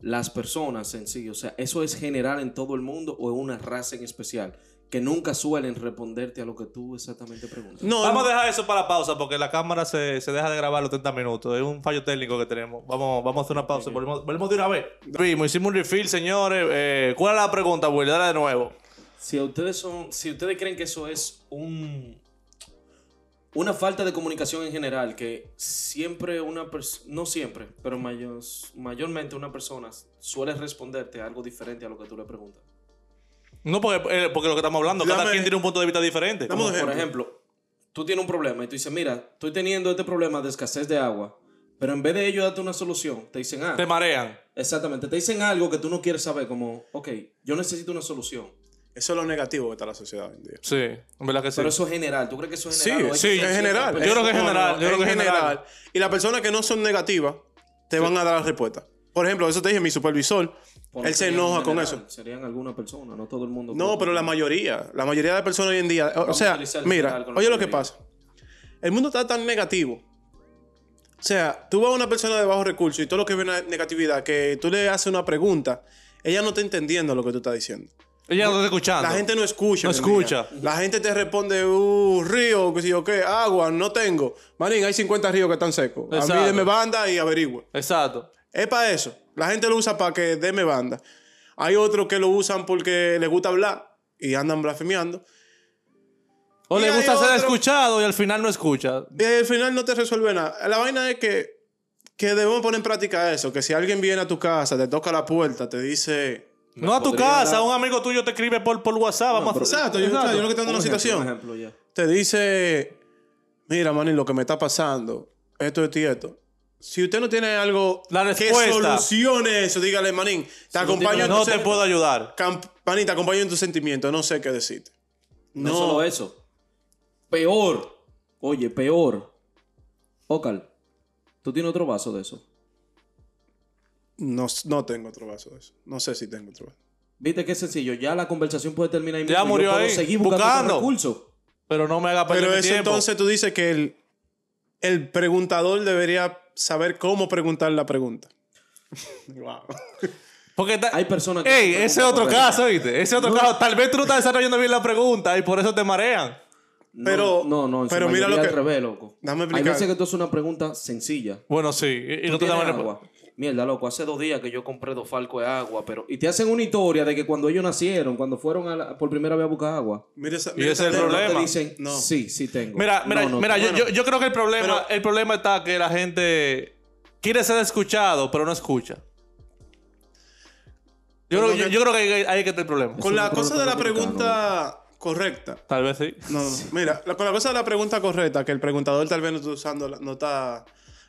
S3: las personas en sí, o sea, eso es general en todo el mundo o en una raza en especial, que nunca suelen responderte a lo que tú exactamente preguntas.
S1: No,
S2: Vamos a dejar eso para la pausa porque la cámara se, se deja de grabar los 30 minutos. Es un fallo técnico que tenemos. Vamos, vamos a hacer una pausa. Volvemos, volvemos de una vez. Vimos, hicimos un refill, señores. Eh, ¿Cuál es la pregunta, Will? Dale de nuevo.
S3: Si a ustedes son, si ustedes creen que eso es un una falta de comunicación en general, que siempre una persona, no siempre, pero mayor- mayormente una persona suele responderte algo diferente a lo que tú le preguntas.
S2: No, porque, eh, porque lo que estamos hablando, cada
S1: Dame-
S2: quien tiene un punto de vista diferente.
S1: Dame un
S3: Como, por ejemplo, tú tienes un problema y tú dices, mira, estoy teniendo este problema de escasez de agua, pero en vez de ellos darte una solución, te dicen, ah,
S2: Te marean.
S3: exactamente, te dicen algo que tú no quieres saber, como, ok, yo necesito una solución.
S1: Eso es lo negativo que está la sociedad hoy en día.
S2: Sí, en verdad que sí.
S3: Pero eso es general, ¿tú crees que eso es
S1: Sí,
S3: general? ¿O hay
S1: sí,
S3: que
S1: en
S3: ser
S1: general.
S3: cierta
S2: Yo creo que es
S1: No, no,
S2: general, yo creo que es
S1: en
S2: general.
S1: Y las personas que no son negativas te van a dar la respuesta. Por ejemplo, eso te dije, mi supervisor,
S3: Por
S1: él
S3: eso
S1: se
S3: sería en
S1: enoja con
S3: general,
S1: eso.
S3: Serían algunas personas, no todo el mundo.
S1: No, pero la mayoría, la mayoría de las personas hoy en día, o- o,
S3: Vamos a
S1: sea,
S3: utilizar el
S1: mira,
S3: general con la
S1: oye lo que
S3: mayoría.
S1: pasa. El mundo está tan negativo. O sea, tú vas a una persona de bajo recurso y todo lo que ve una negatividad, que tú le haces una pregunta, ella no está entendiendo lo que tú estás diciendo.
S2: Ella no te está escuchando.
S1: La gente no escucha.
S2: No
S1: mi amiga.
S2: escucha.
S1: La gente te responde, uh, río, qué sé yo qué, agua, no tengo. Manín, hay 50 ríos que están secos. A
S2: Exacto.
S1: mí deme banda y averigua.
S2: Exacto.
S1: Es para eso. La gente lo usa para que deme banda. Hay otros que lo usan porque les gusta hablar y andan blasfemiando.
S2: O
S1: Y
S2: le
S1: hay
S2: gusta ser
S1: otro-
S2: escuchado y al final no escucha.
S1: Y al final no te resuelve nada. La vaina es que, que debemos poner en práctica eso. Que si alguien viene a tu casa, te toca la puerta, te dice...
S2: No a tu
S3: podría
S2: casa,
S3: dar-
S2: un amigo tuyo te escribe por, por WhatsApp. Vamos a
S3: pero-
S1: Exacto, yo,
S2: Exacto.
S1: yo creo que estoy dando una
S3: Un ejemplo,
S1: situación.
S3: un ejemplo, ya.
S1: te dice, mira, Manny, lo que me está pasando, esto, esto y esto. Si usted no tiene algo
S2: La
S1: que
S2: respuesta.
S1: solucione eso, dígale, Manín, te acompaño en
S2: No
S1: tu
S2: te
S1: sen-
S2: puedo ayudar.
S1: camp- Manín, te acompaño en tu sentimiento, no sé qué decirte.
S3: No.
S1: No,
S3: solo eso. Peor. Oye, peor. Ocal, ¿tú tienes otro vaso de eso?
S1: no, no tengo otro vaso de eso. No sé si tengo otro vaso.
S3: Viste qué sencillo, ya la conversación puede terminar ahí
S2: Ya
S3: mismo.
S2: murió
S3: Yo puedo
S2: ahí,
S3: seguir buscando, otro
S2: buscando.
S3: recurso.
S2: Pero no me haga perder
S1: Pero
S2: mi
S1: eso
S2: tiempo.
S1: entonces tú dices que el, el preguntador debería saber cómo preguntar la
S2: (laughs)
S1: pregunta. wow.
S2: Porque está-
S3: Hay personas que
S2: Ey,
S3: se
S2: ese es otro
S3: preocupan por
S2: caso, ¿viste? Ese es otro caso. Tal vez tú no estás desarrollando bien la pregunta y por eso te marean.
S3: No,
S1: Pero-
S3: no, no, en su
S1: pero mira
S3: mayoría
S1: lo que-
S3: al revés, loco.
S1: Dame
S3: Hay
S1: explicar.
S3: veces que tú haces una pregunta sencilla.
S2: Bueno, sí. Y, y no te
S3: ¿Tienes
S2: estaban resp-
S3: agua? Mierda, loco, hace dos días que yo compré dos falcos de agua, pero... Y te hacen una historia de que cuando ellos nacieron, cuando fueron a la- por primera vez a buscar agua,
S1: Mira esa-
S2: Y
S1: mira
S2: ese
S1: esa-
S2: es el
S3: no
S2: problema.
S3: te dicen,
S1: No.
S3: sí, sí tengo.
S2: Mira, mira,
S3: No, no,
S2: mira, yo,
S1: bueno.
S2: yo- yo creo que el problema,
S1: Pero-
S2: el problema está que la gente quiere ser escuchado, pero no escucha. Yo,
S1: Pero
S2: creo, yo,
S1: que-
S2: yo creo que ahí, ahí es que está el problema.
S1: Con la
S3: Eso
S1: cosa de la
S3: no creo que
S1: pregunta correcta.
S2: Tal vez sí.
S1: No, no, no. Mira, la- con la cosa de la pregunta correcta, que el preguntador tal vez no está usando, la- no está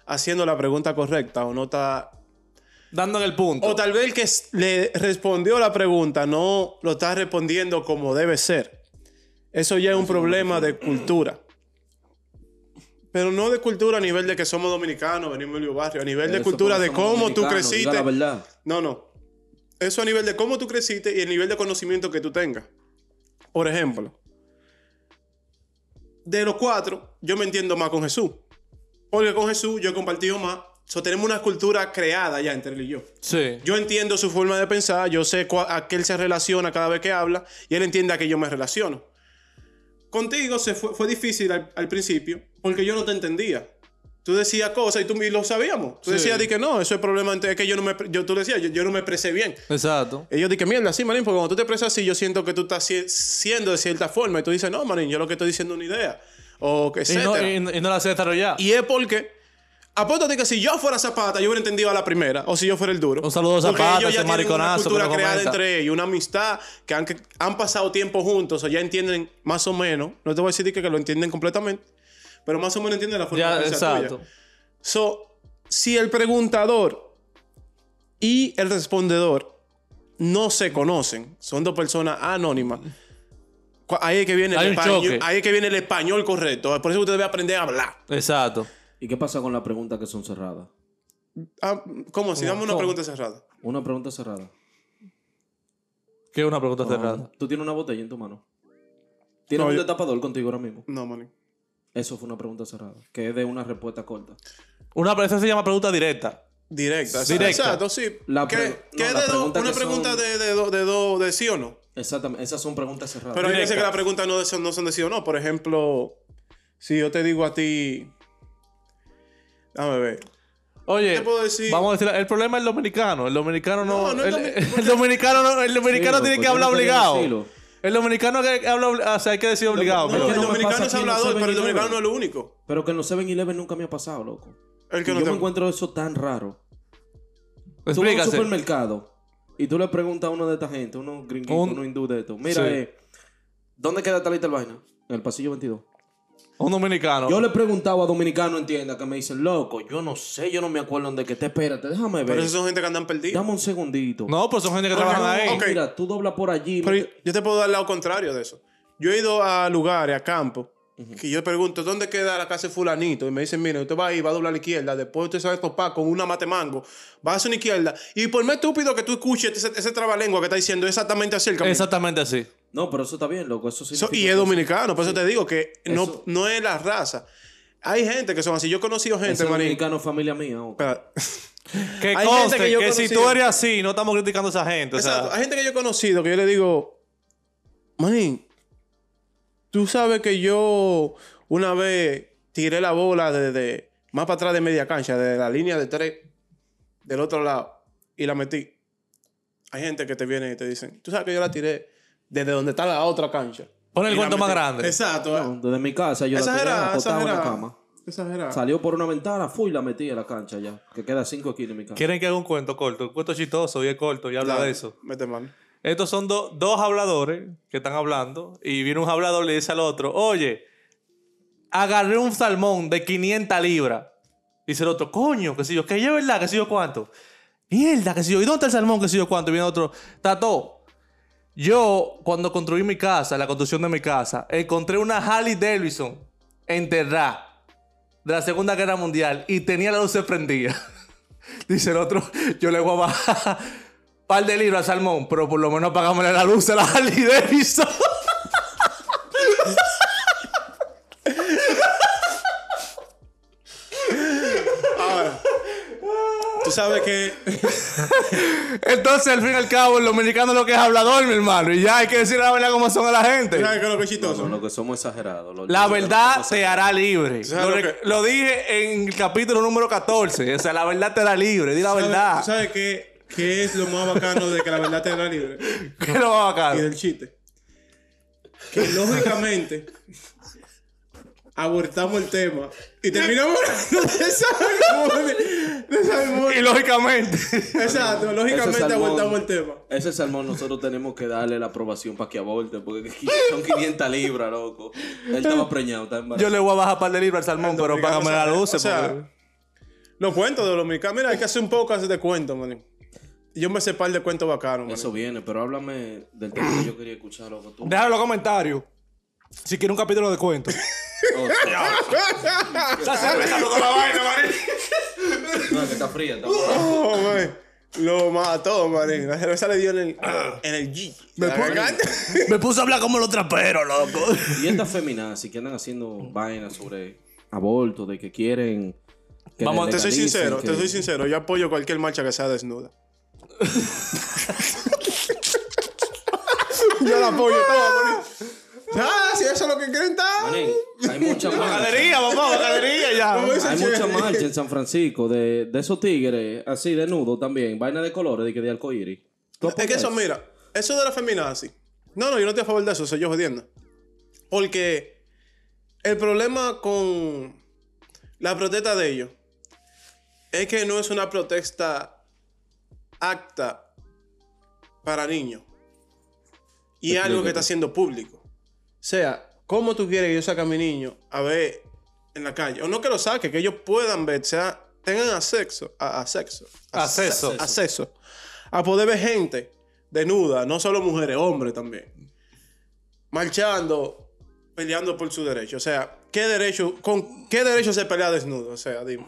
S1: haciendo la pregunta correcta o no está.
S2: Dando en el punto.
S1: O tal vez el que s- le respondió la pregunta no lo está respondiendo como debe ser. Eso ya es un problema de cultura. Pero no de cultura a nivel de que somos dominicanos, venimos del mismo barrio, a nivel de
S3: Eso,
S1: cultura
S3: porque
S1: de
S3: somos
S1: cómo tú
S3: dominicanos, diga
S1: creciste.
S3: La verdad.
S1: No, no. Eso a nivel de cómo tú creciste y el nivel de conocimiento que tú tengas. Por ejemplo, de los cuatro, yo me entiendo más con Jesús. Porque con Jesús yo he compartido más. So, tenemos una cultura creada ya entre él y yo.
S2: Sí.
S1: Yo entiendo su forma de pensar, yo sé cua- a qué él se relaciona cada vez que habla y él entiende a qué yo me relaciono. Contigo se fue, fue difícil al, al principio porque yo no te entendía. Tú decías cosas y tú y lo sabíamos. Tú
S2: Sí.
S1: decías de que no, eso es problema ente- es que yo no me pre- yo, tú decías, yo, yo no me expresé bien.
S2: Exacto.
S1: Ellos dicen, mierda, sí, Marín, porque cuando tú te expresas así, yo siento que tú estás si- siendo de cierta forma. Y tú dices, no, Marín, yo lo que estoy diciendo es una idea. O que
S2: Y no,
S1: etcétera.
S2: y- y no la sé desarrollar.
S1: Y es porque. Apóstate que si yo fuera Zapata, yo hubiera entendido a la primera. O si yo fuera el duro.
S2: Un saludo a
S1: Porque
S2: Zapata,
S1: ellos ya
S2: ese
S1: tienen
S2: mariconazo
S1: Una
S2: que
S1: cultura
S2: lo
S1: creada
S2: comenta.
S1: entre ellos, una amistad que han, que han pasado tiempo juntos. O ya entienden más o menos. No te voy a decir que, que lo entienden completamente. Pero más o menos entienden la forma
S2: Ya,
S1: de pensar tuya.
S2: exacto.
S1: So, si el preguntador y el respondedor no se conocen, son dos personas anónimas. cu- Ahí es que viene
S2: Hay
S1: el
S2: un
S1: español,
S2: choque.
S1: ahí es que viene el español correcto. Por eso usted debe aprender a hablar.
S2: Exacto.
S3: ¿Y qué pasa con las preguntas que son cerradas?
S1: Ah, ¿Cómo? Si damos una
S2: ¿Cómo?
S1: pregunta cerrada.
S3: Una pregunta cerrada.
S2: Que es una pregunta
S3: Ah,
S2: cerrada.
S3: ¿Tú tienes una botella en tu mano? ¿Tienes
S1: No,
S3: un
S1: yo-
S3: destapador contigo ahora mismo?
S1: No, manín.
S3: Eso fue una pregunta cerrada. Que es de una respuesta corta.
S2: Una esa se llama pregunta directa.
S1: Directa.
S2: Directa.
S1: Exacto, sí.
S3: La
S1: ¿Qué,
S3: pre-
S1: qué
S3: no,
S1: de
S3: la
S1: dos-
S3: pregunta
S1: una
S3: que
S1: pregunta
S3: son-
S1: de, de, do- de, do- de sí o no.
S3: Exactamente. Esas son preguntas cerradas.
S1: Pero hay veces que
S2: Directa.
S1: las preguntas no, de- son- no son de sí o no. Por ejemplo, si yo te digo a ti. Dame ver.
S2: Oye,
S1: te puedo decir?
S2: vamos a decir, el problema es el dominicano. El dominicano no.
S1: No, no es
S2: el,
S1: domi-
S2: el
S1: porque-
S2: dominicano no- el dominicano
S3: Sí,
S2: tiene
S3: loco,
S2: que
S3: yo
S2: hablar
S3: no quería
S2: obligado.
S3: decirlo.
S2: El dominicano que habla, obli- ah, o sea, hay que decir obligado.
S1: No,
S2: pero-
S3: que
S1: el
S3: no me
S1: dominicano
S3: pasa
S1: es
S3: aquí, no
S1: hablador,
S3: sabe
S1: pero el
S3: ni
S1: dominicano no
S3: nada.
S1: es lo único.
S3: Pero que en los 7-Eleven nunca me ha pasado, loco.
S1: El que
S3: Y
S1: no
S3: yo
S1: te-
S3: me encuentro eso tan raro. Tú vas a un
S2: Explícase.
S3: supermercado y tú le preguntas a uno de esta gente, uno gringuito,
S2: Un-
S3: uno hindú de esto. Mira,
S2: Sí.
S3: eh, ¿dónde queda tal y tal vaina? En el pasillo 22.
S2: Un dominicano.
S3: Yo le preguntaba a dominicano en tienda que me dicen, loco, yo no sé, yo no me acuerdo dónde que te espérate, déjame ver.
S1: Pero esos son gente que andan perdidos.
S3: Dame un segundito.
S2: No, pero son gente que
S1: Porque
S2: trabaja
S1: no-
S2: ahí.
S1: ok.
S3: Mira, tú dobla por allí.
S1: Pero
S3: mete-
S1: yo te puedo dar el lado contrario de eso. Yo he ido a lugares, a campos, que yo pregunto, ¿dónde queda la casa de fulanito? Y me dicen, mire, usted va ahí, va a doblar a la izquierda, después usted se va a topar con una mate mango, va hacia una izquierda, y por más estúpido que tú escuches ese, ese trabalengua que está diciendo exactamente así el camino.
S2: Exactamente así.
S3: No, pero eso está bien, loco. Eso
S1: So-
S3: significa
S1: y es
S3: que-
S1: dominicano, por eso te digo que no,
S3: Eso-
S1: no es la raza. Hay gente que son así. Yo he conocido gente,
S3: Ese
S1: manín.
S3: dominicano es familia mía. ok.
S1: Espera.
S2: Que
S1: Hay
S2: conste
S1: gente que
S2: que,
S1: yo
S2: si
S1: conocí-
S2: tú eres así, no estamos criticando a esa gente. O
S1: Exacto.
S2: sea,
S1: Hay gente que yo he conocido que yo le digo, Manín, tú sabes que yo una vez tiré la bola desde más para atrás de media cancha, de la línea de tres del otro lado, y la metí. Hay gente que te viene y te dicen, tú sabes que yo la tiré desde donde está la otra cancha.
S2: Pon el
S1: Y la
S2: cuento más
S1: metí".
S2: grande.
S1: Exacto.
S3: No, desde mi casa yo la tiré,
S1: exagerada,
S3: acostaba en la
S1: exagerada.
S3: cama.
S1: Exagerada.
S3: Salió por una ventana, fui y la metí en la cancha ya. Que queda 5 aquí en mi casa.
S2: quieren que haga un cuento corto. Un cuento chistoso y es corto y habla de eso.
S1: Mete mano.
S2: Estos son do- dos habladores que están hablando y viene un hablador y le dice al otro, oye, agarré un salmón de 500 libras. Dice el otro, coño, qué sé yo, que yo verdad, qué sé yo cuánto. Mierda, qué sé yo, ¿y dónde está el salmón, qué sé yo cuánto? Y viene otro, Tato, yo cuando construí mi casa, la construcción de mi casa, encontré una Harley Davidson enterrada de la Segunda Guerra Mundial y tenía la luz prendida. Dice el otro, yo le voy a bajar par de libros al salmón, pero por lo menos apagámosle la luz a la Harley Davidson.
S1: Ahora, tú sabes
S3: (laughs)
S1: que
S2: Entonces, al fin y al cabo, el dominicano lo que es hablador, mi hermano. Y ya hay que decir la verdad como son a la gente.
S1: ¿Tú sabes que lo que es
S3: No,
S1: chistoso?
S3: no, lo que somos exagerados. lo-
S2: La
S3: lo-
S2: verdad te hará libre.
S1: sabes
S2: Lo,
S1: lo
S2: re-
S1: que-
S2: lo dije en el capítulo número 14. O sea, la verdad te hará libre. Di la
S1: ¿Sabes-
S2: verdad.
S1: ¿Tú
S2: (laughs)
S1: sabes qué, qué es lo más bacano de que la verdad te da libre?
S2: ¿Qué lo va a
S1: Y
S2: bacano?
S1: del chiste. Que lógicamente abortamos el tema y terminamos hablando de salmones.
S2: (laughs)
S1: De salmones.
S2: Y lógicamente. (laughs)
S1: Exacto,
S3: Ese
S1: lógicamente
S3: salmón-
S1: abortamos el tema.
S3: Ese salmón nosotros tenemos que darle la aprobación para que aborte, porque (laughs) son 500 libras, loco. Él estaba preñado, está
S2: Yo
S3: embarazado.
S2: le voy a bajar par de libros al salmón, pero
S1: Dominicano
S2: apágame la
S1: sabe-
S2: luz.
S1: o sea,
S2: porque-
S1: Los cuentos de los dominicanos. Mira, hay que hacer un poco de cuentos, man. Yo me sé par de cuentos bacanos, man.
S3: Eso viene, pero
S1: (laughs)
S3: háblame del tema que yo quería escuchar, loco. Tú.
S2: Déjalo en los comentarios. Si quiere un capítulo de cuento. Esa cerveza no da la vaina, marín.
S3: No, que está fría. Está fría.
S1: Oh, man. Lo mató, marín. La cerveza le dio en el, en el G. La garganta.
S2: Me puse a hablar como los traperos, loco.
S3: Y estas feminazis que andan haciendo vainas sobre aborto, de que quieren. que
S1: Vamos, te soy
S3: legalicen,
S1: sincero,
S3: que-
S1: te soy sincero. Yo apoyo cualquier marcha que sea desnuda. (laughs) Yo la apoyo todo, manín. Ah, si eso es lo que quieren, está.
S3: Manín,
S1: (laughs)
S3: hay mucha marcha.
S2: Bacanería, papá, bacanería
S1: Como
S2: ya.
S1: dice
S3: Hay
S1: Chevy.
S3: mucha marcha en San Francisco de, de esos tigres, así de nudo también, vaina de colores, de que de arcoíris. ¿Tú
S1: Es que
S3: apoyas
S1: eso, mira, eso de la feminazi. No, no, yo no estoy a favor de eso, soy yo jodiendo. Porque el problema con la protesta de ellos es que no es una protesta acta para niños. Y es algo que está siendo público. O sea, ¿cómo tú quieres que yo saque a mi niño a ver en la calle? O no que lo saque, que ellos puedan ver, o sea, tengan acceso, a, a sexo, a-
S2: Acceso.
S1: acceso a poder ver gente desnuda, no solo mujeres, hombres también, marchando, peleando por su derecho. O sea, ¿qué derecho, ¿con qué derecho se pelea desnudo? O sea, dime.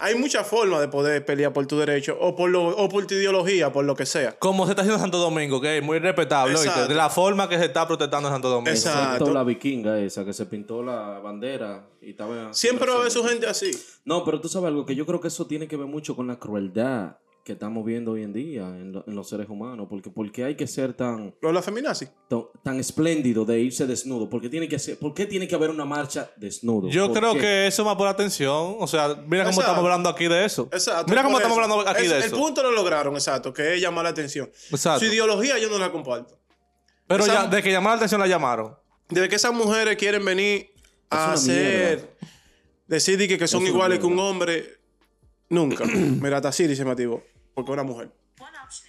S1: Hay muchas formas de poder pelear por tu derecho o por, lo, o por tu ideología, por lo que sea.
S2: Como se está haciendo en Santo Domingo, que es muy respetable, ¿oíste?
S1: Exacto.
S2: De la forma que se está protestando en Santo Domingo.
S1: Exacto.
S3: Excepto la vikinga esa que se pintó la bandera y estaba.
S1: Siempre va a haber su gente así.
S3: No, pero tú sabes algo que yo creo que eso tiene que ver mucho con la crueldad que estamos viendo hoy en día en, lo- en los seres humanos. Porque, porque hay que ser tan,
S1: Lo de la feminazi.
S3: tan, tan espléndido de irse desnudo. Porque tiene que ser, ¿Por qué tiene que haber una marcha desnudo?
S2: Yo
S3: ¿Por
S2: creo
S3: qué?
S2: que eso más por atención. O sea, mira cómo
S1: Exacto.
S2: estamos hablando aquí de eso.
S1: Exacto.
S2: Mira cómo
S1: por
S2: estamos
S1: eso.
S2: hablando aquí
S1: Es-
S2: de
S1: El
S2: eso.
S1: punto lo lograron, exacto, que es llamar la atención.
S2: Exacto.
S1: Su ideología yo no la comparto.
S2: Pero
S1: esa-
S2: ya, de que llamar la atención la llamaron.
S1: Desde que esas mujeres quieren venir a
S3: una
S1: hacer, decir que, que son
S3: una
S1: iguales que un
S3: mierda.
S1: hombre,
S2: (clears throat)
S1: nunca. Mira, Tassiri se me activó, porque es una mujer.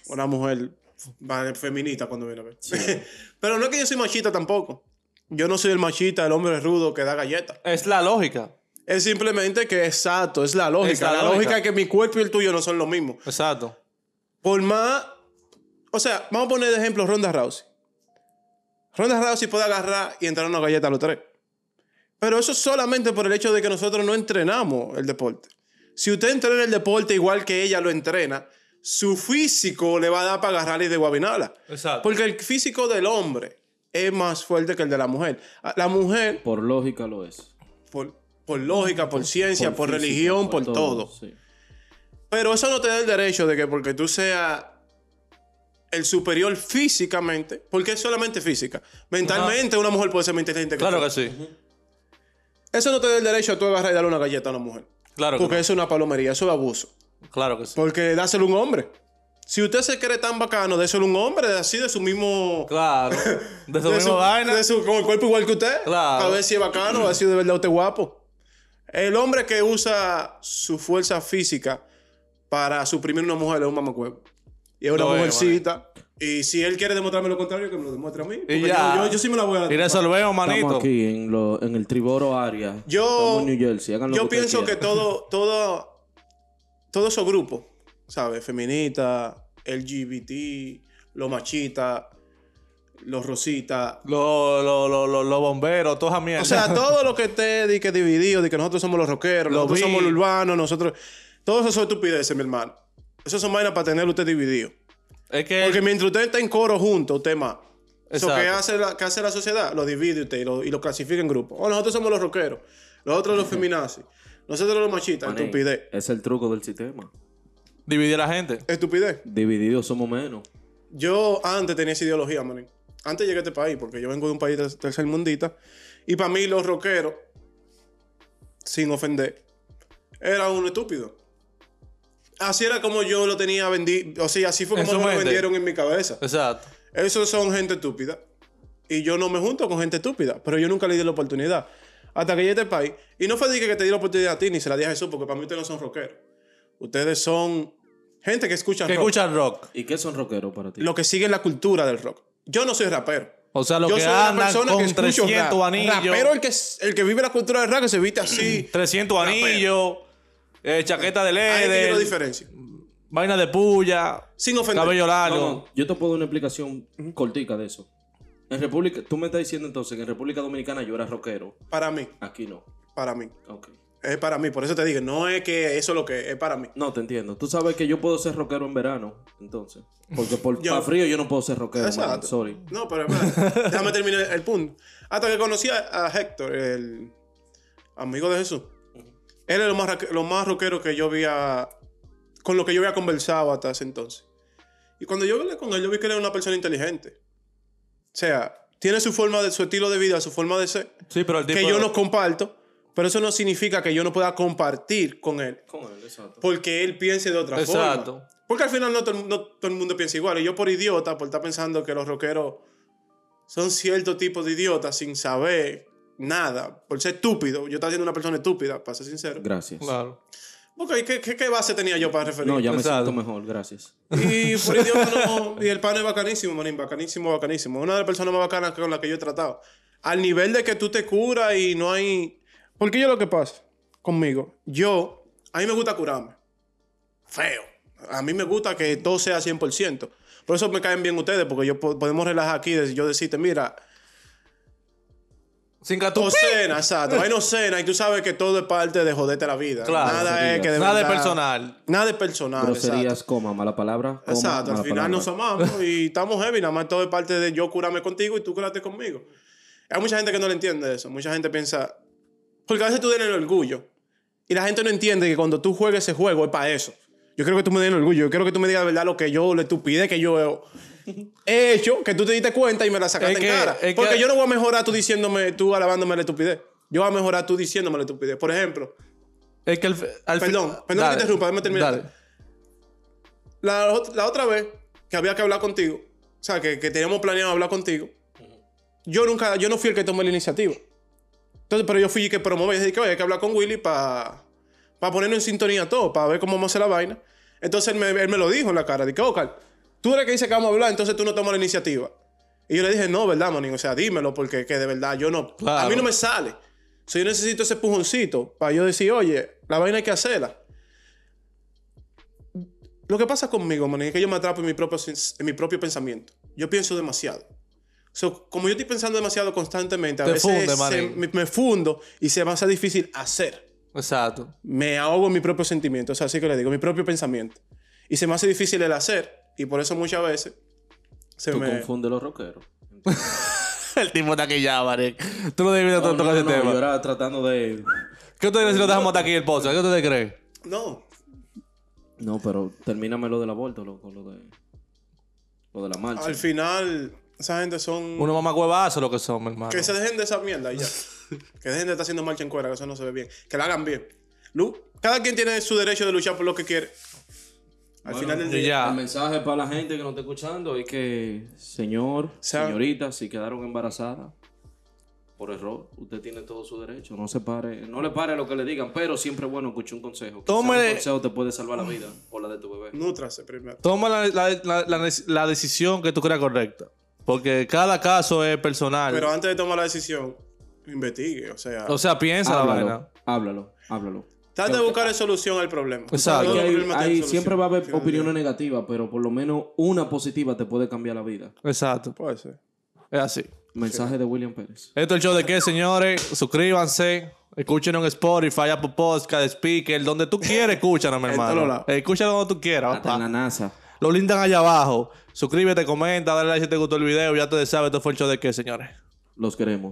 S1: Una mujer va- feminista cuando viene a ver. (laughs) Pero no es que yo soy machista tampoco. Yo no soy el machista, el hombre rudo que da galletas.
S2: Es la lógica.
S1: Es simplemente que exacto, es la lógica.
S2: Es la
S1: la,
S2: lógica.
S1: lógica es que mi cuerpo y el tuyo no son lo mismo.
S2: Exacto.
S1: Por más. O sea, vamos a poner de ejemplo Ronda Rousey. Ronda Rousey puede agarrar y entrar una galleta a los tres. Pero eso es solamente por el hecho de que nosotros no entrenamos el deporte. Si usted entrena el deporte igual que ella lo entrena, su físico le va a dar para agarrar y desguabinarla.
S2: Exacto.
S1: Porque el físico del hombre es más fuerte que el de la mujer. Ah, La mujer,
S3: Por lógica lo es.
S1: por, por lógica, por ciencia, por,
S3: física,
S1: religión, por, todo.
S3: sí.
S1: Pero eso no te da el derecho de que porque tú seas el superior físicamente, porque es solamente física. Mentalmente una mujer puede ser más inteligente que
S2: Claro
S1: tú.
S2: que sí.
S1: Eso no te da el derecho a tú agarrar y darle una galleta a una mujer.
S2: Claro que,
S1: Porque eso es una palomería, eso es abuso.
S2: no. claro que sí.
S1: Porque dáselo a un hombre. Si usted se cree tan bacano, déselo a un hombre así de su mismo... (laughs)
S2: Claro. De su
S1: de
S2: misma vaina.
S1: de su- con el cuerpo igual que usted.
S2: Claro.
S1: A ver si es bacano, a ver si de verdad usted es guapo. El hombre que usa su fuerza física para suprimir una mujer es un mamacuevo. Y es una
S2: Lo es,
S1: mujercita. Y si él quiere demostrarme lo contrario, que me lo demuestre a mí. Porque
S2: Y ya.
S1: Yo, yo, yo sí me la voy a
S2: Y resolvemos,
S3: Estamos
S2: manito.
S3: aquí en, lo, en el Triboro área.
S1: Yo-
S3: Estamos en New Jersey. Hagan lo
S1: Yo
S3: que ustedes
S1: pienso que
S3: quieran.
S1: todo, todo, todo esos grupos, ¿sabes? Feministas, LGBT, los machitas, los rositas,
S2: Los lo, lo, lo- los bomberos, toda esa mierda.
S1: O sea, todo lo que esté de que dividido, de que nosotros somos los rockeros,
S2: Lo
S1: nosotros
S2: vi.
S1: somos los urbanos, nosotros. Todo eso son estupideces, mi hermano. Eso son vainas para tenerlo usted dividido.
S2: es que.
S1: Porque mientras usted está en coro junto, usted más. Eso
S2: Eh. Exacto.
S1: que hace, la, que hace la sociedad, lo divide usted y lo, y lo clasifica en grupos. O nosotros somos los rockeros, los otros los feminazis, nosotros los machistas,
S3: Manín,
S1: estupidez.
S3: Es el truco del sistema.
S2: Dividir a la gente.
S1: Estupidez.
S3: Divididos somos menos.
S1: Yo antes tenía esa ideología, manín. Antes llegué a este país, porque yo vengo de un país ter- tercermundista. Y para mí, los rockeros, sin ofender, era un estúpido. Así era como yo lo tenía vendido. O sea, así fue
S2: En
S1: como
S2: su
S1: me lo
S2: mente.
S1: vendieron en mi cabeza.
S2: Exacto.
S1: Esos son gente estúpida. Y yo no me junto con gente estúpida. Pero yo nunca le di la oportunidad. Hasta que llegué a este país. Y no fue de que que te di la oportunidad a ti, ni se la di a Jesús, porque para mí ustedes no son rockeros. Ustedes son gente que escucha
S2: Que
S1: rock
S2: escuchan rock.
S3: ¿Y qué son rockeros para ti?
S1: lo que sigue la cultura del rock. Yo no soy rapero.
S2: O sea, los
S1: Yo
S2: que
S1: soy una
S2: andan
S1: persona
S2: con
S1: que escucho
S2: 300
S1: rap.
S2: anillos.
S1: Rapero el que, es- el que vive la cultura del rap, que se viste así.
S2: 300
S1: Rapero.
S2: anillos. eh, chaqueta de
S1: (clears throat) Ahí es que yo lo
S2: LED.
S1: diferencio.
S2: Vaina de puya.
S1: Sin ofender.
S2: Cabello
S3: No,
S2: largo.
S3: no, yo te puedo dar una explicación cortica de eso. En República, tú me estás diciendo entonces que en República Dominicana yo era rockero.
S1: Para mí,
S3: Aquí no.
S1: para mí.
S3: Ok.
S1: Es para mí, por eso te digo, no es que eso es lo que es, es para mí.
S3: No, te entiendo. Tú sabes que yo puedo ser rockero en verano, entonces.
S1: (laughs)
S3: Porque por
S1: Yo-
S3: pa' frío yo no puedo ser rockero, man.
S1: Exacto.
S3: Sorry.
S1: No, pero espérate, déjame terminar el punto. Hasta que conocí a, a Héctor, el amigo de Jesús. Él es lo más, raque- lo más rockero que yo había. con lo que yo había conversado hasta ese entonces. Y cuando yo hablé con él, yo vi que él era una persona inteligente. O sea, tiene su forma de su estilo de vida, su forma de ser,
S2: Sí, pero el tipo.
S1: que yo no comparto, pero eso no significa que yo no pueda compartir con él
S3: Con él, exacto.
S1: porque él piense de otra
S2: Exacto.
S1: forma. Porque al final no todo, el- no todo el mundo piensa igual. Y yo por idiota, por estar pensando que los rockeros son cierto tipo de idiotas sin saber nada, por ser estúpido. Yo estaba siendo una persona estúpida, para ser sincero.
S3: Gracias.
S2: Claro.
S1: Porque ¿qué, qué, qué base tenía yo para referir?
S3: No, ya me
S2: Exacto.
S3: siento mejor, gracias.
S2: (laughs)
S1: Y por idiota no. Y el pan es bacanísimo, manín. Bacanísimo, bacanísimo. Una de las personas más bacanas con la que yo he tratado. Al nivel de que tú te curas y no hay. Porque yo lo que pasa conmigo, yo. A mí me gusta curarme. Feo. A mí me gusta que todo sea 100%. Por eso me caen bien ustedes, porque yo po- podemos relajar aquí. de- Yo decirte, mira,
S2: Sin
S1: todo
S2: gato.
S1: cena, exacto. Hay no cena y tú sabes que todo es parte de joderte la vida.
S2: Claro.
S1: nada es que de
S2: Nada de
S1: verdad-
S2: personal.
S1: Nada es personal.
S3: Groserías,
S1: Ah, exacto.
S3: coma, mala palabra. Coma,
S1: Exacto, al
S3: mala
S1: final
S3: palabra.
S1: nos amamos
S2: (laughs)
S1: y estamos heavy, nada más todo es parte de yo curarme contigo y tú curarte conmigo. Hay mucha gente que no le entiende eso, mucha gente piensa, porque a veces tú tienes el orgullo y la gente no entiende que cuando tú juegues ese juego es para eso. Yo quiero que tú me des el orgullo, yo quiero que tú me digas de verdad lo que yo, lo estupidez que yo he hecho, que tú te diste cuenta y me la sacaste
S2: Es
S1: en
S2: que-
S1: cara.
S2: es que-
S1: Porque yo no voy a mejorar tú diciéndome, tú alabándome la estupidez. Yo voy a mejorar tú diciéndome la estupidez. Por ejemplo,
S2: Es que al, fi- al fi-
S1: Perdón, perdón que te interrumpa, déjame terminar.
S2: dale.
S1: La, ot- la otra vez que había que hablar contigo, o sea, que, que teníamos planeado hablar contigo, yo nunca, yo no fui el que tomé la iniciativa. Entonces, pero yo fui el que promoví. Dije que oye, hay que hablar con Willy para ponernos en sintonía todo, para ver cómo vamos a hacer la vaina. Entonces él me, él me lo dijo en la cara. Dije, Ocar, tú eres que dice que vamos a hablar, entonces tú no tomas la iniciativa. Y yo le dije, no, ¿verdad, manín? O sea, dímelo, porque que de verdad yo no.
S2: Claro.
S1: A mí no me sale. O sea, yo necesito ese pujoncito para yo decir, oye, la vaina hay que hacerla. Lo que pasa conmigo, man, es que yo me atrapo en mi propio, sens- en mi propio pensamiento. Yo pienso demasiado. So, como yo estoy pensando demasiado constantemente, a
S2: Te
S1: veces
S2: funde,
S1: se-
S2: manín.
S1: me, me fundo y se me hace difícil hacer. (laughs)
S2: Exacto.
S1: Me ahogo en mi propio sentimiento, o sea, así que le digo, mi propio pensamiento. Y se me hace difícil el hacer, y por eso muchas veces se
S3: Tú
S1: me...
S3: confundes los rockeros.
S2: El tipo está aquí ya, Marek. Tú no debías
S3: No,
S2: to-
S3: no,
S2: tocar ese
S3: no,
S2: tema.
S3: Yo era tratando de...
S2: ¿Qué ustedes creen si lo dejamos hasta aquí el pozo? ¿Qué ustedes creen?
S1: No,
S3: No, pero termíname lo del aborto, loco, lo de... Lo de la marcha.
S1: al final, esa gente son...
S2: Uno mamá huevazo lo que son, mi
S3: Ah,
S2: hermano.
S1: Que se dejen de esa mierda y
S3: (laughs)
S1: ya. que dejen de estar haciendo marcha en cuera, que eso no se ve bien. Que la hagan bien. Lu- Cada quien tiene su derecho de luchar por lo que quiere. Al final del
S2: y
S1: día...
S2: ya.
S3: El mensaje para la gente que nos está escuchando es que, señor,
S1: Sa-
S3: señorita, si quedaron embarazadas por error, usted tiene todo su derecho. No se pare, no le pare lo que le digan, pero siempre es bueno escuchar un consejo. Quizá
S2: Tome-
S3: Un consejo te puede salvar la vida o la de tu bebé.
S1: Nútrase primero.
S2: Toma la, la- la- la- la decisión que tú creas correcta. Porque cada caso es personal.
S1: Pero antes de tomar la decisión, investigue. O sea,
S2: o sea, piensa la vaina.
S3: Háblalo, háblalo, háblalo.
S1: trata de buscar solución al problema.
S2: Exacto.
S1: Todos
S3: Porque
S1: los
S3: Pues, hay-
S1: problemas tienen
S3: hay-
S1: solución.
S3: siempre va a
S1: Al
S3: haber
S1: final del
S3: opiniones
S1: día.
S3: negativas, pero por lo menos una positiva te puede cambiar la vida.
S2: Exacto.
S1: Puede ser.
S2: Es así.
S3: Mensaje de William Pérez.
S2: Esto es el show de qué, señores. Suscríbanse. Escúchenos en Spotify, Apple Podcast, Speaker, donde tú quieras, escúchanos,
S1: (laughs)
S2: mi
S1: En
S2: hermano.
S1: todos lados.
S2: Escúchanos donde tú quieras,
S3: Hasta
S2: papá.
S3: en la NASA.
S2: Lo lindan allá abajo. Suscríbete, comenta, dale like si te gustó el video. Ya te sabes, esto fue el show de qué, señores.
S3: Los queremos.